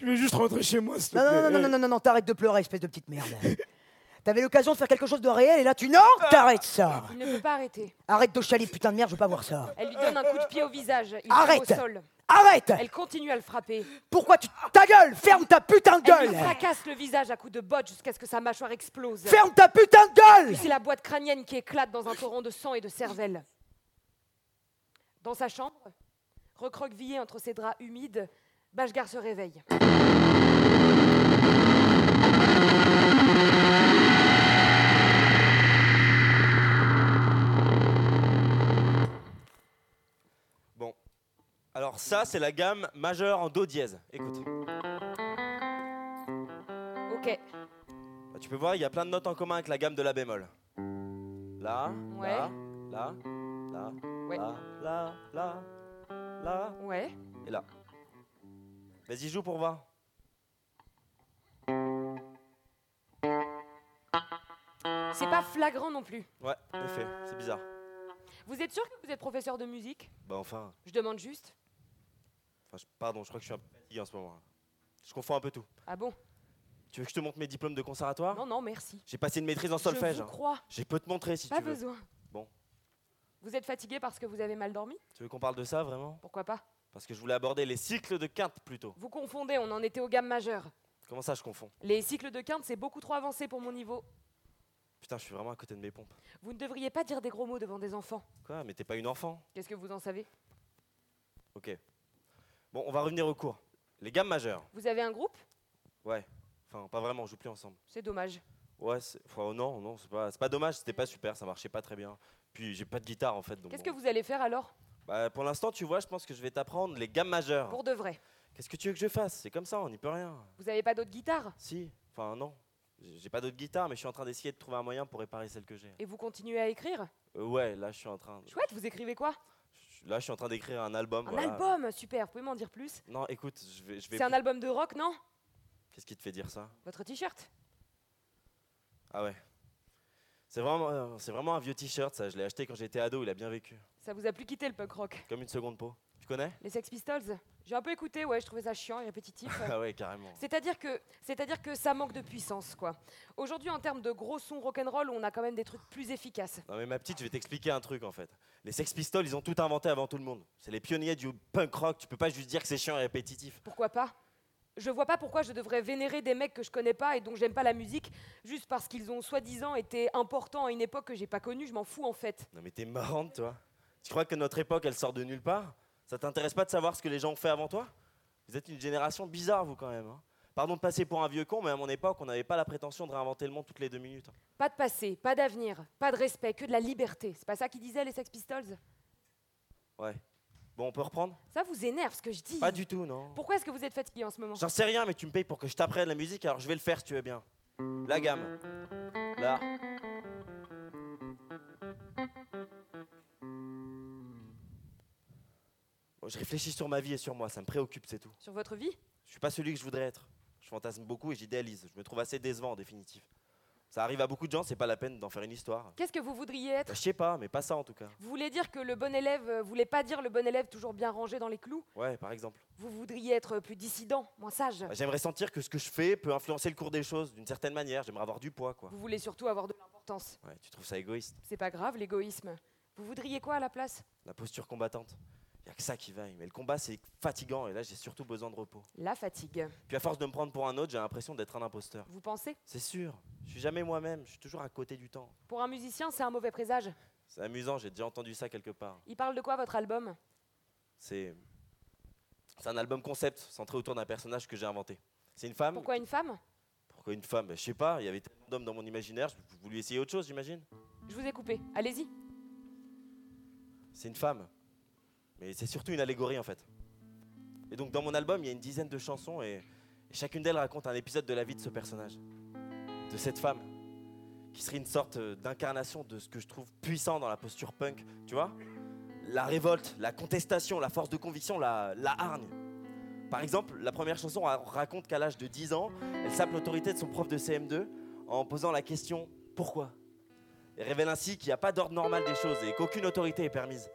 D: Je veux juste rentrer chez moi, s'il te
C: Non, non, non,
D: plaît.
C: non, non, non, non, non, t'arrêtes de pleurer, espèce de petite merde. T'avais l'occasion de faire quelque chose de réel et là tu. Non,
F: Ah.
C: t'arrêtes ça
B: Il ne peut pas arrêter.
C: Arrête de chialer, putain de merde, je veux pas voir ça.
B: Elle lui donne un coup de pied au visage. Il tombe
C: Arrête
B: au sol.
C: Arrête
B: Elle continue à le frapper.
C: Pourquoi tu. Ta gueule Ferme ta putain de
B: Elle lui
C: gueule
B: fracasse le visage à coups de botte jusqu'à ce que sa mâchoire explose.
C: Ferme ta putain de gueule
B: Puis c'est la boîte crânienne qui éclate dans un torrent de sang et de cervelle. Dans sa chambre, recroquevillé entre ses draps humides, Bashgar se réveille.
F: Bon. Alors ça, c'est la gamme majeure en do dièse. Écoute.
B: Ok,
F: Bah, tu peux voir, il y a plein de notes en commun avec la gamme de la bémol. Là,
B: Ouais.
F: là, là, là,
B: Ouais.
F: là, là, là, là,
B: ouais.
F: et là. Vas-y, joue pour voir.
B: C'est pas flagrant non plus.
F: Ouais, en effet, c'est bizarre.
B: Vous êtes sûr que vous êtes professeur de musique
F: Bah enfin,
B: Je demande juste.
F: enfin, je- pardon, je crois que je suis un peu fatigué en ce moment. hein. Je confonds un peu tout.
B: Ah bon
F: Tu veux que je te montre mes diplômes de conservatoire
B: Non, non, merci.
F: J'ai passé une maîtrise en
B: Je
F: solfège.
B: vous
F: hein.
B: crois.
F: J'ai peux te montrer si
B: Pas
F: tu veux.
B: besoin.
F: Bon.
B: Vous êtes fatigué parce que vous avez mal dormi
F: Tu veux qu'on parle de ça vraiment
B: Pourquoi pas
F: Parce que je voulais aborder les cycles de quinte plutôt.
B: Vous confondez, on en était aux gammes majeures.
F: Comment ça, je confonds
B: Les cycles de quinte, c'est beaucoup trop avancé pour mon niveau.
F: Putain, je suis vraiment à côté de mes pompes.
B: Vous ne devriez pas dire des gros mots devant des enfants.
F: Quoi Mais t'es pas une enfant
B: Qu'est-ce que vous en savez
F: Ok. Bon, on va revenir au cours. Les gammes majeures.
B: Vous avez un groupe
F: Ouais. Enfin, pas vraiment, on joue plus ensemble.
B: C'est dommage.
F: Ouais, c'est... enfin, oh non, non, c'est pas... c'est pas dommage, c'était pas super, ça marchait pas très bien. Puis j'ai pas de guitare en fait. donc
B: Qu'est-ce que
F: bon.
B: vous allez faire alors
F: Bah, pour l'instant, tu vois, je pense que je vais t'apprendre les gammes majeures.
B: Pour de vrai.
F: Qu'est-ce que tu veux que je fasse C'est comme ça, on n'y peut rien.
B: Vous avez pas d'autres guitares
F: Si, enfin non. J'ai j'ai pas d'autre guitare, mais je suis en train d'essayer de trouver un moyen pour réparer celle que j'ai.
B: Et vous continuez à écrire
F: Euh, ouais, là je suis en train. de-
B: Chouette, vous écrivez quoi
F: je- Là je suis en train d'écrire un album.
B: Un
F: voilà.
B: album Super, vous pouvez m'en dire plus
F: Non, écoute, je vais. Je vais...
B: C'est un album de rock, non
F: Qu'est-ce qui te fait dire ça
B: Votre t-shirt
F: Ah ouais. C'est vraiment, euh, c'est vraiment un vieux t-shirt, ça. Je l'ai acheté quand j'étais ado, il a bien vécu.
B: Ça vous a plus quitté le punk rock
F: Comme une seconde peau. Tu connais
B: Les Sex Pistols J'ai un peu écouté, ouais, je trouvais ça chiant et répétitif.
F: Ah ouais, carrément.
B: C'est-à-dire que, c'est-à-dire que ça manque de puissance, quoi. Aujourd'hui, en termes de gros sons rock'n'roll, on a quand même des trucs plus efficaces.
F: Non mais ma petite, je vais t'expliquer un truc en fait. Les Sex Pistols, ils ont tout inventé avant tout le monde. C'est les pionniers du punk rock, tu peux pas juste dire que c'est chiant et répétitif.
B: Pourquoi pas Je vois pas pourquoi je devrais vénérer des mecs que je connais pas et dont j'aime pas la musique, juste parce qu'ils ont soi-disant été importants à une époque que j'ai pas connue, je m'en fous en fait.
F: Non mais t'es marrante toi. Tu crois que notre époque, elle sort de nulle part Ça t'intéresse pas de savoir ce que les gens ont fait avant toi Vous êtes une génération bizarre vous quand même. hein. Pardon de passer pour un vieux con, mais à mon époque, on n'avait pas la prétention de réinventer le monde toutes les deux minutes. hein.
B: Pas de passé, pas d'avenir, pas de respect, que de la liberté. C'est pas ça qu'ils disaient les Sex Pistols
F: Ouais. Bon, on peut reprendre
B: Ça vous énerve ce que je dis
F: Pas du tout, non.
B: Pourquoi est-ce que vous êtes fatigué en ce moment
F: J'en sais rien, mais tu me payes pour que je t'apprenne la musique, alors je vais le faire si tu veux bien. La gamme. Là. Bon, je réfléchis sur ma vie et sur moi, ça me préoccupe, c'est tout.
B: Sur votre vie
F: Je suis pas celui que je voudrais être. Je fantasme beaucoup et j'idéalise. Je me trouve assez décevant en définitif. Ça arrive à beaucoup de gens, c'est pas la peine d'en faire une histoire.
B: Qu'est-ce que vous voudriez être
F: Bah, je sais pas, mais pas ça en tout cas.
B: Vous voulez dire que le bon élève euh, voulait pas dire le bon élève toujours bien rangé dans les clous
F: Ouais, par exemple.
B: Vous voudriez être plus dissident, moins sage
F: Bah, J'aimerais sentir que ce que je fais peut influencer le cours des choses d'une certaine manière. J'aimerais avoir du poids, quoi.
B: Vous voulez surtout avoir de l'importance.
F: Ouais, tu trouves ça égoïste.
B: C'est pas grave l'égoïsme. Vous voudriez quoi à la place
F: La posture combattante. Y a que ça qui vaille. Mais le combat, c'est fatigant et là, j'ai surtout besoin de repos.
B: La fatigue.
F: Puis à force de me prendre pour un autre, j'ai l'impression d'être un imposteur.
B: Vous pensez
F: C'est sûr. Je suis jamais moi-même. Je suis toujours à côté du temps.
B: Pour un musicien, c'est un mauvais présage.
F: C'est amusant, j'ai déjà entendu ça quelque part.
B: Il parle de quoi votre album
F: C'est. C'est un album concept centré autour d'un personnage que j'ai inventé. C'est une femme.
B: Pourquoi une femme
F: Pourquoi une femme Ben, Je sais pas, il y avait tellement d'hommes dans mon imaginaire, je vous voulais essayer autre chose, j'imagine.
B: Je vous ai coupé. Allez-y.
F: C'est une femme. Mais c'est surtout une allégorie en fait. Et donc dans mon album, il y a une dizaine de chansons et, et chacune d'elles raconte un épisode de la vie de ce personnage, de cette femme, qui serait une sorte euh, d'incarnation de ce que je trouve puissant dans la posture punk, tu vois La révolte, la contestation, la force de conviction, la, la hargne. Par exemple, la première chanson ra- raconte qu'à l'âge de 10 ans, elle sape l'autorité de son prof de CM2 en posant la question pourquoi et révèle ainsi qu'il n'y a pas d'ordre normal des choses et qu'aucune autorité est permise.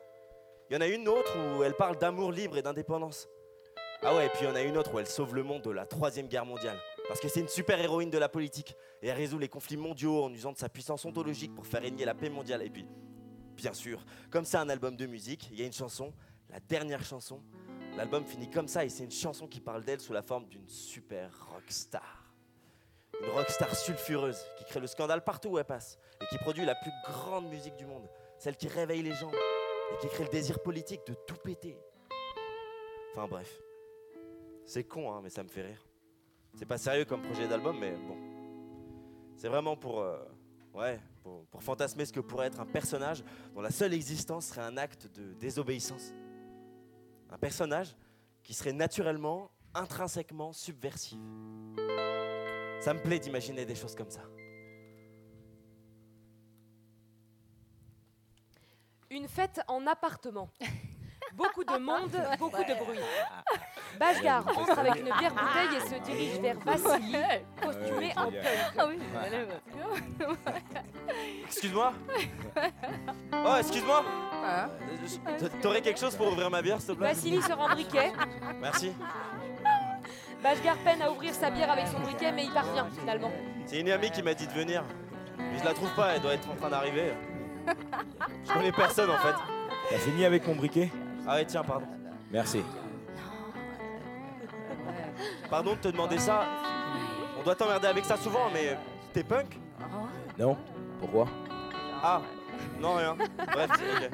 F: Il y en a une autre où elle parle d'amour libre et d'indépendance. Ah ouais, et puis il y en a une autre où elle sauve le monde de la Troisième Guerre mondiale. Parce que c'est une super-héroïne de la politique. Et elle résout les conflits mondiaux en usant de sa puissance ontologique pour faire régner la paix mondiale. Et puis, bien sûr, comme c'est un album de musique, il y a une chanson, la dernière chanson. L'album finit comme ça et c'est une chanson qui parle d'elle sous la forme d'une super rockstar. Une rockstar sulfureuse qui crée le scandale partout où elle passe et qui produit la plus grande musique du monde, celle qui réveille les gens et qui crée le désir politique de tout péter. Enfin bref, c'est con hein, mais ça me fait rire. C'est pas sérieux comme projet d'album mais bon. C'est vraiment pour, euh, ouais, pour, pour fantasmer ce que pourrait être un personnage dont la seule existence serait un acte de désobéissance. Un personnage qui serait naturellement, intrinsèquement subversif. Ça me plaît d'imaginer des choses comme ça.
B: Une fête en appartement. Beaucoup de monde, beaucoup de bruit. Bashgar entre avec une bière bouteille et se dirige vers Vassili,
D: Eh,
B: costumé en punk.
E: Ah oui,
F: Excuse-moi Oh, excuse-moi Euh, je- t- T'aurais quelque chose pour ouvrir ma bière, s'il te plaît
B: Vassili se rend briquet.
F: Merci.
B: Bashgar peine à ouvrir sa bière avec son briquet, mais il parvient finalement.
F: C'est une amie qui m'a dit de venir. Mais je la trouve pas, elle doit être en train d'arriver. Je connais personne en fait.
D: T'as fini avec mon briquet
F: Ah ouais, tiens, pardon.
D: Merci.
F: Pardon de te demander ça. On doit t'emmerder avec ça souvent, mais t'es punk
D: Non Pourquoi
F: Ah, non, rien. Bref, ok.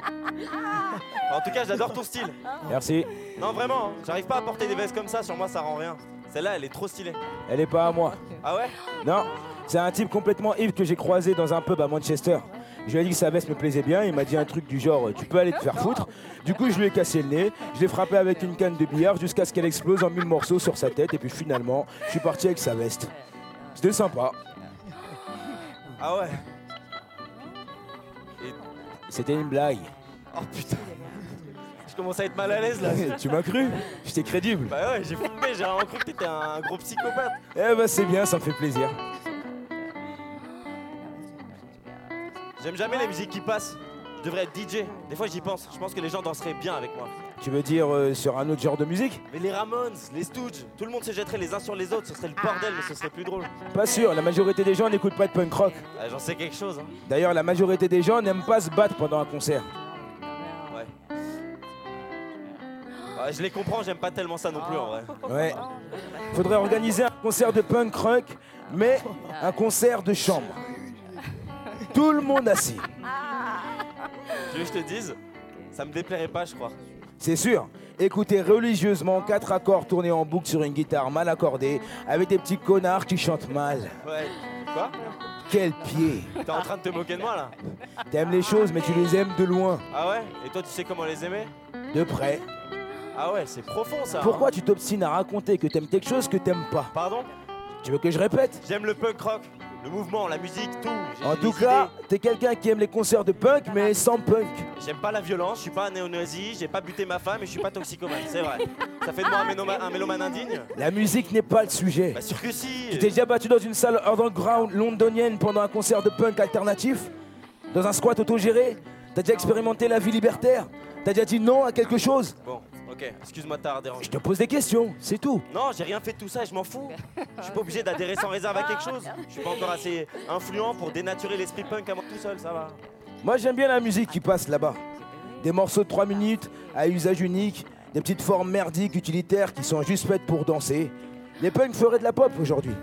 F: En tout cas, j'adore ton style.
D: Merci.
F: Non, vraiment, hein, j'arrive pas à porter des vestes comme ça, sur moi ça rend rien. Celle-là, elle est trop stylée.
D: Elle est pas à moi.
F: Ah ouais
D: Non, c'est un type complètement ivre que j'ai croisé dans un pub à Manchester. Je lui ai dit que sa veste me plaisait bien, il m'a dit un truc du genre tu peux aller te faire foutre. Du coup, je lui ai cassé le nez, je l'ai frappé avec une canne de billard jusqu'à ce qu'elle explose en mille morceaux sur sa tête et puis finalement, je suis parti avec sa veste. C'était sympa.
F: Ah ouais.
D: C'était une blague.
F: Oh putain. Je commence à être mal à l'aise là.
D: tu m'as cru J'étais crédible.
F: Bah ouais, j'ai flippé, j'ai vraiment cru que t'étais un gros psychopathe.
D: Eh ben c'est bien, ça me fait plaisir.
F: J'aime jamais les musiques qui passent. Je devrais être DJ. Des fois j'y pense, je pense que les gens danseraient bien avec moi.
D: Tu veux dire euh, sur un autre genre de musique
F: Mais les Ramones, les Stooges, tout le monde se jetterait les uns sur les autres, ce serait le bordel, mais ce serait plus drôle.
D: Pas sûr, la majorité des gens n'écoutent pas de punk rock.
F: Ah, J'en sais quelque chose, hein.
D: D'ailleurs, la majorité des gens n'aiment pas se battre pendant un concert.
F: Ouais. Ouais, je les comprends, j'aime pas tellement ça non plus en vrai.
D: Ouais. Faudrait organiser un concert de punk rock, mais un concert de chambre. Tout le monde assis.
F: Tu veux que je te dise Ça me déplairait pas, je crois.
D: C'est sûr. Écoutez religieusement quatre accords tournés en boucle sur une guitare mal accordée avec des petits connards qui chantent mal.
F: Ouais. Quoi
D: Quel pied.
F: T'es en train de te moquer de moi là
D: T'aimes les choses mais tu les aimes de loin,
F: Ah ouais Et toi tu sais comment les aimer
D: de près.
F: Ah ouais, c'est profond ça. hein.
D: Pourquoi tu t'obstines à raconter que t'aimes quelque chose que t'aimes pas
F: Pardon
D: Tu veux que je répète
F: J'aime le punk rock, Le mouvement, la musique, tout. J'ai-
D: En
F: j'ai
D: tout
F: des
D: cas,
F: idées.
D: t'es quelqu'un qui aime les concerts de punk, mais sans punk.
F: J'aime pas la violence, je suis pas un néo-nazi, j'ai pas buté ma femme et je suis pas toxicomane, c'est vrai. Ça fait de moi un, ménoma- un mélomane indigne
D: La musique n'est pas le sujet.
F: Bah sûr que si
D: Tu t'es déjà battu dans une salle underground londonienne pendant un concert de punk alternatif Dans un squat autogéré T'as déjà expérimenté la vie libertaire T'as déjà dit non à quelque chose
F: Bon, ok, excuse-moi de t'avoir dérangé.
D: Je te pose des questions, c'est tout.
F: Non, j'ai rien fait de tout ça et je m'en fous. Je suis pas obligé d'adhérer sans réserve à quelque chose. Je suis pas encore assez influent pour dénaturer l'esprit punk à moi tout seul, ça va.
D: Moi j'aime bien la musique qui passe là-bas. Des morceaux de 3 minutes à usage unique, des petites formes merdiques utilitaires qui sont juste faites pour danser. Les punks feraient de la pop aujourd'hui.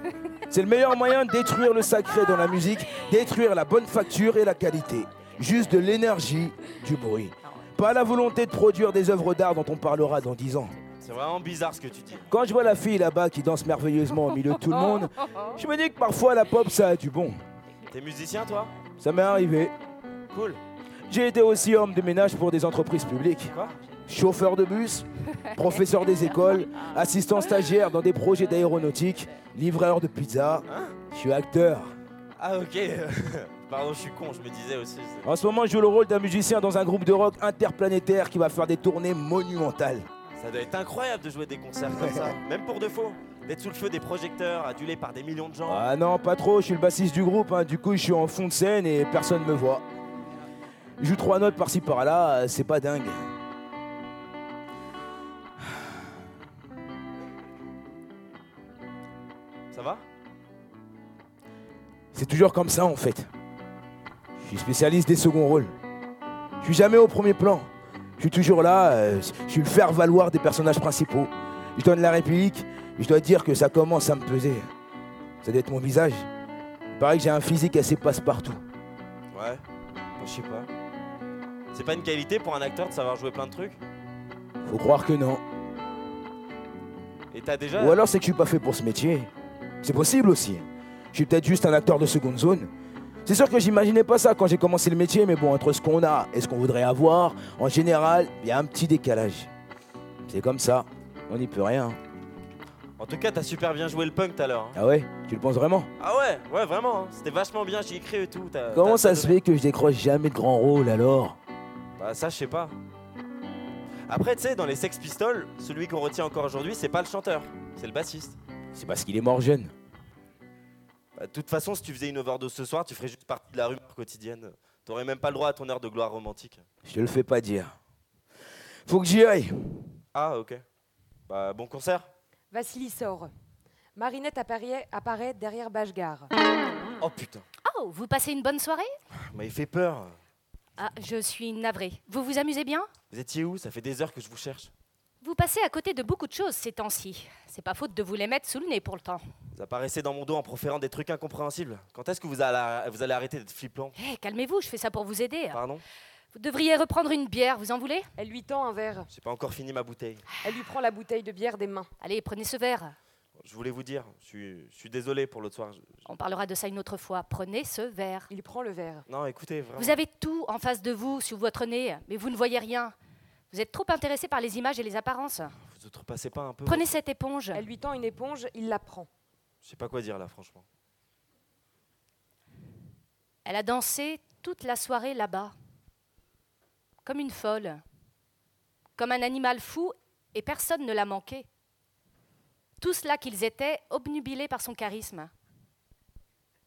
D: C'est le meilleur moyen de détruire le sacré dans la musique, détruire la bonne facture et la qualité. Juste de l'énergie, du bruit. Pas la volonté de produire des œuvres d'art dont on parlera dans 10 ans.
F: C'est vraiment bizarre ce que tu dis.
D: Quand je vois la fille là-bas qui danse merveilleusement au milieu de tout le monde, je me dis que parfois la pop ça a du bon.
F: T'es musicien toi
D: Ça m'est arrivé.
F: Cool.
D: J'ai été aussi homme de ménage pour des entreprises publiques.
F: Quoi
D: Chauffeur de bus, professeur des écoles, assistant stagiaire dans des projets d'aéronautique, livreur de pizza.
F: Hein?
D: Je suis acteur.
F: Ah ok. Pardon, je suis con, je me disais aussi. c'est-
D: En ce moment, je joue le rôle d'un musicien dans un groupe de rock interplanétaire qui va faire des tournées monumentales.
F: Ça doit être incroyable de jouer des concerts comme ça, même pour de faux. D'être sous le feu des projecteurs, adulé par des millions de gens.
D: Ah non, pas trop, je suis le bassiste du groupe, hein. du coup je suis en fond de scène et personne me voit. Je joue trois notes par-ci par-là, euh, c'est pas dingue.
F: Ça va
D: C'est toujours comme ça en fait. Je suis spécialiste des seconds rôles. Je suis jamais au premier plan. Je suis toujours là, euh, je suis le faire-valoir des personnages principaux. Je donne la réplique, je dois dire que ça commence à me peser. Ça doit être mon visage. Il paraît que j'ai un physique assez passe-partout.
F: Ouais.
D: Bah,
F: Bon, je sais pas. C'est pas une qualité pour un acteur de savoir jouer plein de trucs
D: Faut croire que non.
F: Et t'as déjà.
D: Ou alors c'est que je suis pas fait pour ce métier. C'est possible aussi. Je suis peut-être juste un acteur de seconde zone. C'est sûr que j'imaginais pas ça quand j'ai commencé le métier, mais bon, entre ce qu'on a et ce qu'on voudrait avoir, en général, il y a un petit décalage. C'est comme ça. On n'y peut rien.
F: En tout cas, t'as super bien joué le punk tout à l'heure. hein.
D: Ah ouais Tu le penses vraiment
F: Ah ouais, ouais, vraiment. hein. C'était vachement bien, j'ai écrit et tout. t'as-
D: Comment
F: t'as-
D: ça
F: t'as
D: se
F: donné-
D: fait que je décroche jamais de grands rôles alors
F: Bah, ça, je sais pas. Après, tu sais, dans les Sex Pistols, celui qu'on retient encore aujourd'hui, c'est pas le chanteur, c'est le bassiste.
D: C'est parce qu'il est mort jeune.
F: Bah, De toute façon, si tu faisais une overdose ce soir, tu ferais juste partie de la rumeur quotidienne. T'aurais même pas le droit à ton heure de gloire romantique.
D: Je te le fais pas dire. Faut que j'y aille.
F: Ah, ok. Bah, bon concert.
B: Vassili sort. Marinette apparaît, apparaît derrière Bashgar.
F: Oh putain,
E: Oh, vous passez une bonne soirée
F: mais il fait peur.
E: Ah, je suis navrée. Vous vous amusez bien
F: Vous étiez où Ça fait des heures que je vous cherche.
E: Vous passez à côté de beaucoup de choses ces temps-ci. C'est pas faute de vous les mettre sous le nez pour le temps.
F: Vous apparaissez dans mon dos en proférant des trucs incompréhensibles. Quand est-ce que vous allez, vous allez arrêter d'être flippant
E: Hé, Eh, calmez-vous, je fais ça pour vous aider.
F: Pardon
E: Vous devriez reprendre une bière, vous en voulez
B: Elle lui tend un verre.
F: J'ai pas encore fini ma bouteille.
B: Elle lui prend la bouteille de bière des mains.
E: Allez, prenez ce verre.
F: Je voulais vous dire, je suis, je suis désolé pour l'autre soir. Je- je-
E: On parlera de ça une autre fois. Prenez ce verre.
B: Il prend le verre.
F: Non, écoutez, vraiment.
E: Vous avez tout en face de vous, sous votre nez, mais vous ne voyez rien. Vous êtes trop intéressé par les images et les apparences.
F: Vous outrepassez pas un peu
E: Prenez cette éponge.
B: Elle lui tend une éponge, il la prend.
F: Je sais pas quoi dire là, franchement.
E: Elle a dansé toute la soirée là-bas. Comme une folle. Comme un animal fou, et personne ne l'a manqué. Tous là qu'ils étaient, obnubilés par son charisme.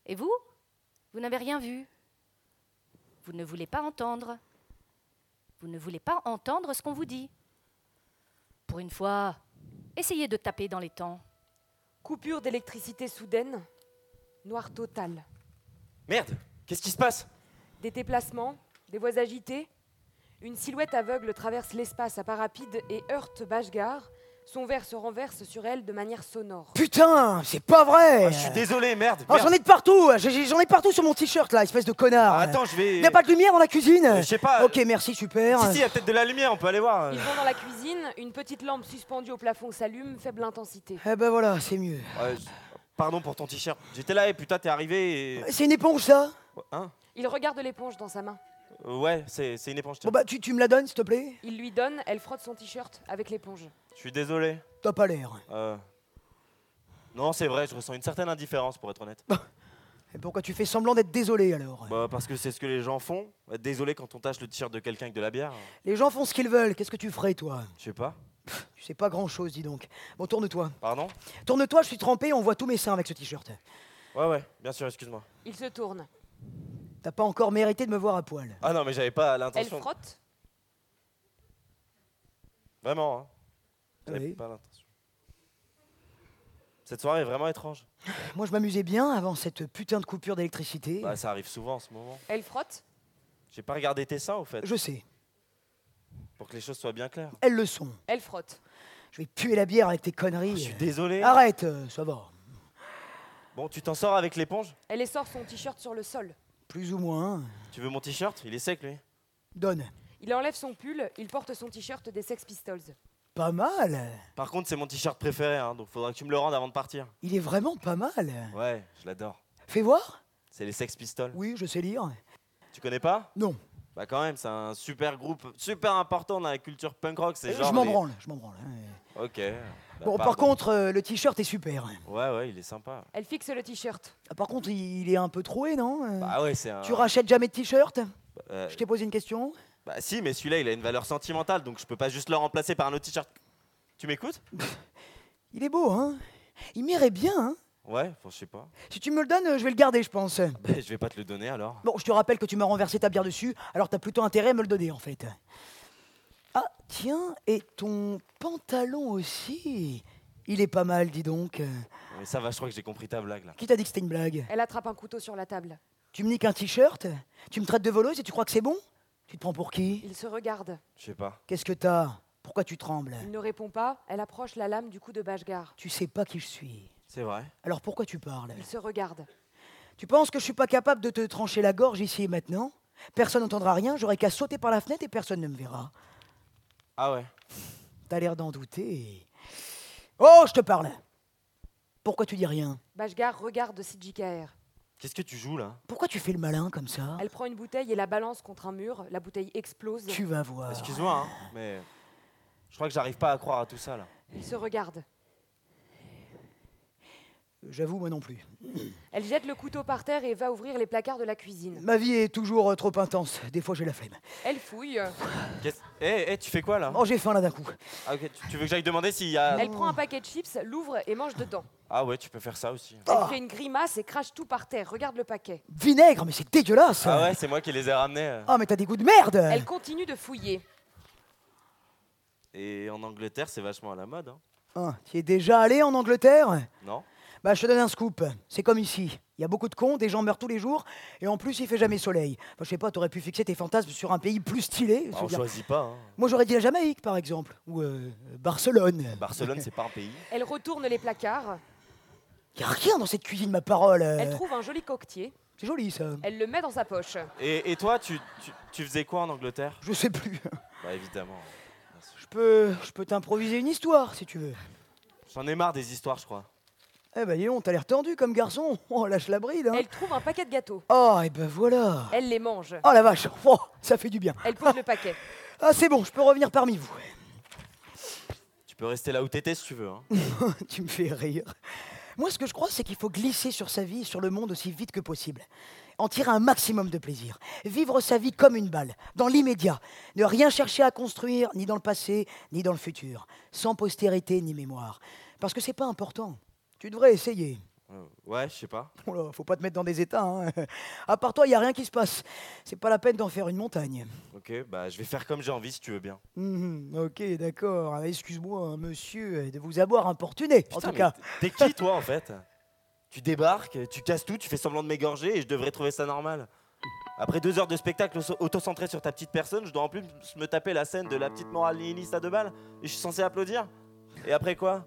E: Et vous Vous n'avez rien vu. Vous ne voulez pas entendre. Vous ne voulez pas entendre ce qu'on vous dit. Pour une fois, essayez de taper dans les temps.
B: Coupure d'électricité soudaine. Noir total.
F: Merde Qu'est-ce qui se passe
B: Des déplacements, des voix agitées. Une silhouette aveugle traverse l'espace à pas rapide et heurte Bashgar. Son verre se renverse sur elle de manière sonore.
C: Putain, c'est pas vrai
F: Ah, Je suis désolé, merde,
C: Eh, Oh,
F: merde.
C: J'en ai de partout J'ai- j'ai- J'en ai partout sur mon t-shirt là, espèce de connard
F: Ah, Attends, je vais.
C: Il n'y a pas de lumière dans la cuisine
F: Je sais pas.
C: Ok, merci, super.
F: Si, si, y a peut-être de la lumière, on peut aller voir. euh.
B: Ils vont dans la cuisine, une petite lampe suspendue au plafond s'allume, faible intensité.
C: Eh ben voilà, c'est mieux.
F: Ouais, je- Pardon pour ton t-shirt. J'étais là et putain, t'es arrivé et.
C: C'est une éponge ça
F: Hein
B: Il regarde l'éponge dans sa main.
F: Euh, Ouais, c'est c'est une éponge. tiens.
C: Bon bah tu, tu me la donnes s'il te plaît
B: Il lui donne, elle frotte son t-shirt avec l'éponge.
C: bah-
F: Je suis désolé.
C: T'as pas l'air.
F: Euh, Non, c'est vrai, je ressens une certaine indifférence pour être honnête.
C: Et pourquoi tu fais semblant d'être désolé alors
F: Bah, parce que c'est ce que les gens font. Bah, Désolé quand on tâche le t-shirt de quelqu'un avec de la bière.
C: Les gens font ce qu'ils veulent, qu'est-ce que tu ferais toi
F: Je sais pas.
C: Tu sais pas grand-chose, dis donc. Bon, tourne-toi.
F: Pardon
C: Tourne-toi, je suis trempé, on voit tous mes seins avec ce t-shirt.
F: Ouais, ouais, bien sûr, excuse-moi.
B: Il se tourne.
C: T'as pas encore mérité de me voir à poil.
F: Ah non, mais j'avais pas
B: Elle
F: l'intention.
B: frotte.
F: Vraiment, hein. J'avais
C: Oui.
F: pas l'intention. Cette soirée est vraiment étrange.
C: Moi, je m'amusais bien avant cette putain de coupure d'électricité.
F: Bah, ça arrive souvent en ce moment.
B: Elle frotte.
F: J'ai pas regardé tes seins, au fait,
C: Je sais,
F: pour que les choses soient bien claires.
C: elles le sont.
B: Elle frotte.
C: Je vais puer la bière avec tes
F: Ah, Je
C: conneries.
F: suis désolé.
C: Arrête, euh, ça va.
F: Bon, tu t'en sors avec l'éponge
B: Elle essore son t-shirt sur le sol.
C: Plus ou moins.
F: Tu veux mon t-shirt Il est sec, lui.
C: Donne.
B: Il enlève son pull. Il porte son t-shirt des Sex Pistols.
C: Pas mal.
F: Par contre, c'est mon t-shirt préféré, hein, donc faudra que tu me le rendes avant de partir.
C: Il est vraiment pas mal.
F: Ouais, je l'adore.
C: Fais voir
F: C'est les Sex Pistols.
C: Oui, je sais lire.
F: Tu connais pas
C: Non.
F: Bah quand même, c'est un super groupe, super important dans la culture punk rock. C'est
C: Euh,
F: genre
C: Je m'en
F: des-
C: branle, je m'en branle. hein.
F: Ok. bah,
C: Bon, par
F: pardon.
C: contre, euh, le t-shirt est super.
F: Ouais, ouais, il est sympa.
B: Elle fixe le t-shirt.
C: Ah, Par contre, il il est un peu troué, non Euh,
F: Bah ouais, c'est un.
C: Tu rachètes jamais de t-shirt
F: euh,
C: Je t'ai posé une question.
F: Bah si, mais celui-là, il a une valeur sentimentale, donc je peux pas juste le remplacer par un autre t-shirt. Tu m'écoutes
C: Il est beau, hein Il m'irait bien, hein
F: Ouais, enfin, je sais pas.
C: Si tu me le donnes, euh, je vais le garder, je pense.
F: Bah, je vais pas te le donner alors.
C: Bon, je te rappelle que tu m'as renversé ta bière dessus, alors t'as plutôt intérêt à me le donner, en fait. Ah, tiens, et ton pantalon aussi Il est pas mal, dis donc. Euh,
F: Mais ça va, je crois que j'ai compris ta blague là.
C: Qui t'a dit que c'était une blague
B: Elle attrape un couteau sur la table.
C: Tu me niques un t-shirt Tu me traites de voleuse et tu crois que c'est bon Tu te prends pour qui
B: Il se regarde.
F: Je sais pas.
C: Qu'est-ce que t'as Pourquoi tu trembles
B: Il ne répond pas. Elle approche la lame du cou de Bashgar.
C: Tu sais pas qui je suis.
F: C'est vrai.
C: Alors pourquoi tu parles
B: Il se regarde.
C: Tu penses que je suis pas capable de te trancher la gorge ici et maintenant Personne n'entendra rien, j'aurai qu'à sauter par la fenêtre et personne ne me verra.
F: Ah ouais.
C: T'as l'air d'en douter. Oh, je te parle Pourquoi tu dis rien
B: Bashgar regarde CJKR.
F: Qu'est-ce que tu joues là
C: Pourquoi tu fais le malin comme ça
B: Elle prend une bouteille et la balance contre un mur. La bouteille explose.
C: Tu vas voir.
F: Excuse-moi, hein, mais je crois que j'arrive pas à croire à tout ça là.
B: Il se regarde.
C: J'avoue, moi non plus.
B: Elle jette le couteau par terre et va ouvrir les placards de la cuisine.
C: Ma vie est toujours euh, trop intense. Des fois, j'ai la flemme.
B: Elle fouille.
C: Ah.
F: Qu'est-ce- Eh, eh, tu fais quoi là
C: Oh, j'ai faim là d'un coup.
F: Ah, ok, tu, tu veux que j'aille demander s'il y a.
B: Elle prend un paquet de chips, l'ouvre et mange dedans.
F: Ah ouais, tu peux faire ça aussi.
C: Ah.
B: Elle fait une grimace et crache tout par terre. Regarde le paquet.
C: Vinaigre, mais c'est dégueulasse
F: Ah ouais, c'est moi qui les ai ramenés. euh.
C: Ah, mais t'as des goûts de merde
B: Elle continue de fouiller.
F: Et en Angleterre, c'est vachement à la mode. Hein.
C: Ah, Tu es déjà allé en Angleterre
F: Non
C: Bah, je te donne un scoop. C'est comme ici. Il y a beaucoup de cons, des gens meurent tous les jours, et en plus, il fait jamais soleil. Enfin, je sais pas, t'aurais pu fixer tes fantasmes sur un pays plus stylé.
F: Bah,
C: je veux
F: On
C: dire.
F: choisit pas. hein.
C: Moi, j'aurais dit la Jamaïque, par exemple, ou euh, Barcelone.
F: Barcelone, c'est pas un pays.
B: Elle retourne les placards.
C: Y a rien dans cette cuisine, ma parole. euh.
B: Elle trouve un joli coquetier.
C: C'est joli, ça.
B: Elle le met dans sa poche.
C: Ah.
F: Et, et toi, tu, tu, tu faisais quoi en Angleterre
C: Je sais plus.
F: Bah évidemment. bien sûr.
C: Je peux, je peux t'improviser une histoire, si tu veux.
F: J'en ai marre des histoires, je crois.
C: Eh ben, dis donc, t'as l'air tendu comme garçon. Oh, lâche la bride, hein.
B: Elle trouve un paquet de gâteaux.
C: Oh, et ben voilà.
B: Elle les mange.
C: Oh la vache, oh, ça fait du bien.
B: Elle pose le paquet.
C: Ah, c'est bon, je peux revenir parmi vous.
F: Tu peux rester là où t'étais si tu veux. hein.
C: tu me fais rire. Moi, ce que je crois, c'est qu'il faut glisser sur sa vie, sur le monde aussi vite que possible. En tirer un maximum de plaisir. Vivre sa vie comme une balle, dans l'immédiat. Ne rien chercher à construire, ni dans le passé, ni dans le futur. Sans postérité ni mémoire. Parce que c'est pas important. Tu devrais essayer.
F: Euh, Ouais, je sais pas.
C: Oh là, faut pas te mettre dans des états. hein. À part toi, il y a rien qui se passe. C'est pas la peine d'en faire une montagne.
F: Ok, bah je vais faire comme j'ai envie si tu veux bien.
C: Mhm, ok, d'accord. Ah, Excuse-moi, hein, monsieur, de vous avoir importuné. en
F: Putain,
C: tout
F: mais
C: cas,
F: T'es qui toi en fait Tu débarques, tu casses tout, tu fais semblant de m'égorger et je devrais trouver ça normal. Après deux heures de spectacle so- auto-centré sur ta petite personne, je dois en plus me taper la scène de la petite morale nihiliste à deux balles et je suis censé applaudir Et après quoi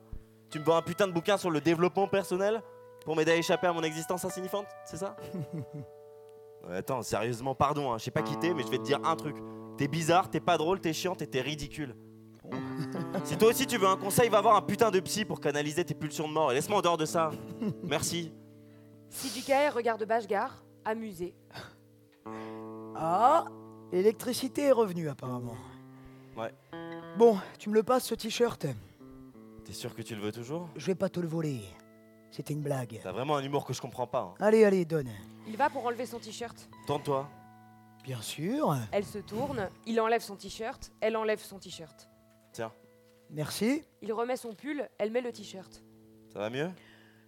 F: Tu me vends un putain de bouquin sur le développement personnel pour m'aider à échapper à mon existence insignifiante, c'est ça Ouais, Attends, sérieusement, pardon, hein, je sais pas qui t'es, mais je vais te dire un truc. T'es bizarre, t'es pas drôle, t'es chiante et t'es ridicule. Si toi aussi tu veux un conseil, va voir un putain de psy pour canaliser tes pulsions de mort et laisse-moi en dehors de ça. Merci.
B: CJKR regarde Bashgar, amusé.
C: Ah, l'électricité est revenue apparemment.
F: Ouais.
C: Bon, tu me le passes ce t-shirt.
F: T'es sûr que tu le veux toujours
C: Je vais pas te le voler. C'était une blague.
F: T'as vraiment un humour que je comprends pas. hein.
C: Allez, allez, donne.
B: Il va pour enlever son t-shirt.
F: Tourne-toi.
C: Bien sûr.
B: Elle se tourne, il enlève son t-shirt, elle enlève son t-shirt.
F: Tiens,
C: Merci.
B: Il remet son pull, elle met le t-shirt.
F: ça va mieux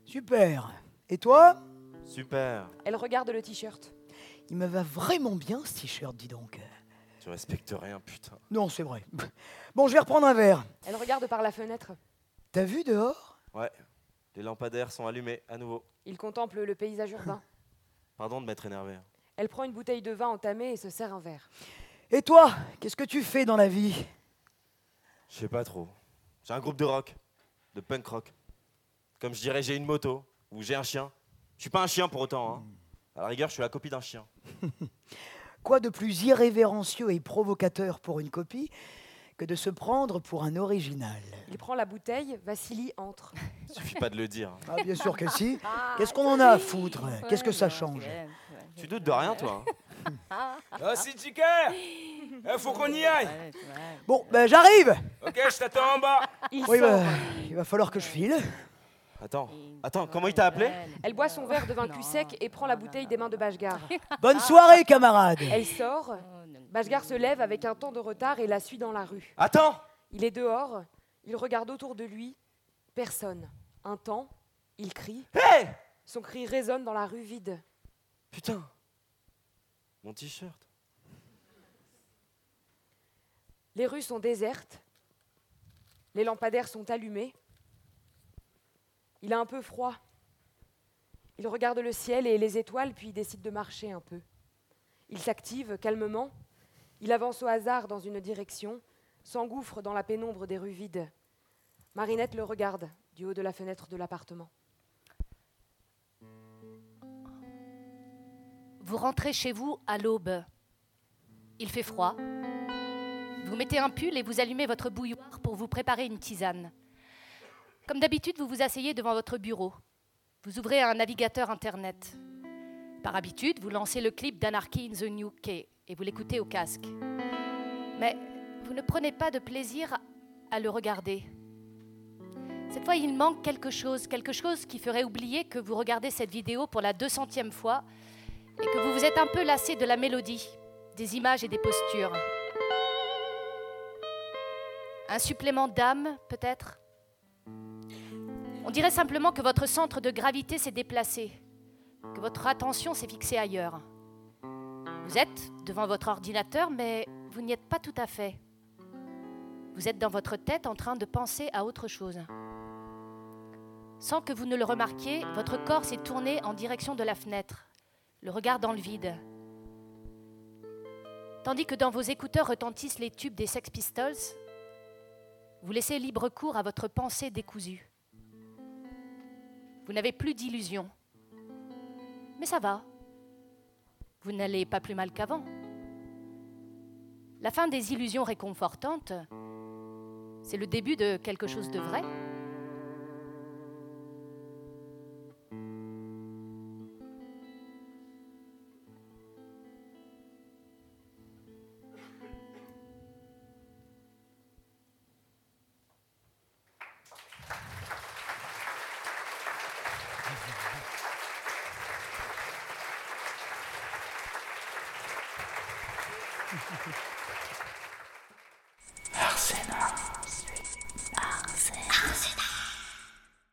C: Super. Et toi
F: Super.
B: Elle regarde le t-shirt.
C: Il me va vraiment bien ce t-shirt, dis donc.
F: Tu respectes rien, putain.
C: Non, c'est vrai. Bon, je vais reprendre un verre.
B: Elle regarde par la fenêtre.
C: T'as vu dehors
F: Ouais, les lampadaires sont allumés à nouveau.
B: Il contemple le paysage urbain.
F: Pardon de m'être énervé. hein.
B: Elle prend une bouteille de vin entamée et se sert un verre.
C: Et toi Qu'est-ce que tu fais dans la vie
F: Je sais pas trop. J'ai un groupe de rock, de punk rock. Comme je dirais, j'ai une moto ou j'ai un chien. Je suis pas un chien pour autant. Hein. À la rigueur, je suis la copie d'un chien.
C: Quoi de plus irrévérencieux et provocateur pour une copie que de se prendre pour un original
B: Il prend la bouteille, Vassili entre.
F: Suffit pas de le dire. hein.
C: Ah, bien sûr que si. Qu'est-ce qu'on en a à foutre hein? Qu'est-ce que ça change
F: Tu doutes de rien, toi. hein.
D: Ah, si, Chica Il faut qu'on y aille
C: Bon, ben j'arrive
D: Ok, je t'attends en bas
B: Il
C: Oui,
B: sort.
C: ben, il va falloir que je file.
F: Attends, attends, comment il t'a appelé
B: Elle boit son verre de vin cul sec et prend la bouteille des mains de Bashgar.
C: Bonne soirée, camarade
B: Elle sort. Bashgar se lève avec un temps de retard et la suit dans la rue.
F: Attends
B: Il est dehors. Il regarde autour de lui. Personne. Un temps, il crie.
F: Hey
B: Son cri résonne dans la rue vide.
F: Putain Mon t-shirt.
B: Les rues sont désertes. Les lampadaires sont allumés. Il a un peu froid. Il regarde le ciel et les étoiles, puis il décide de marcher un peu. Il s'active calmement. Il avance au hasard dans une direction, s'engouffre dans la pénombre des rues vides. Marinette le regarde du haut de la fenêtre de l'appartement.
E: Vous rentrez chez vous à l'aube. Il fait froid. Vous mettez un pull et vous allumez votre bouilloire pour vous préparer une tisane. Comme d'habitude, vous vous asseyez devant votre bureau. Vous ouvrez un navigateur Internet. Par habitude, vous lancez le clip d'Anarchy in the New Key et vous l'écoutez au casque. Mais vous ne prenez pas de plaisir à le regarder. Cette fois, il manque quelque chose, quelque chose qui ferait oublier que vous regardez cette vidéo pour la 200e fois et que vous vous êtes un peu lassé de la mélodie, des images et des postures. Un supplément d'âme, peut-être On dirait simplement que votre centre de gravité s'est déplacé, que votre attention s'est fixée ailleurs. Vous êtes devant votre ordinateur, mais vous n'y êtes pas tout à fait. Vous êtes dans votre tête en train de penser à autre chose. Sans que vous ne le remarquiez, votre corps s'est tourné en direction de la fenêtre le regard dans le vide. Tandis que dans vos écouteurs retentissent les tubes des Sex Pistols, vous laissez libre cours à votre pensée décousue. Vous n'avez plus d'illusions. Mais ça va. Vous n'allez pas plus mal qu'avant. La fin des illusions réconfortantes, c'est le début de quelque chose de vrai.
H: Arsenal.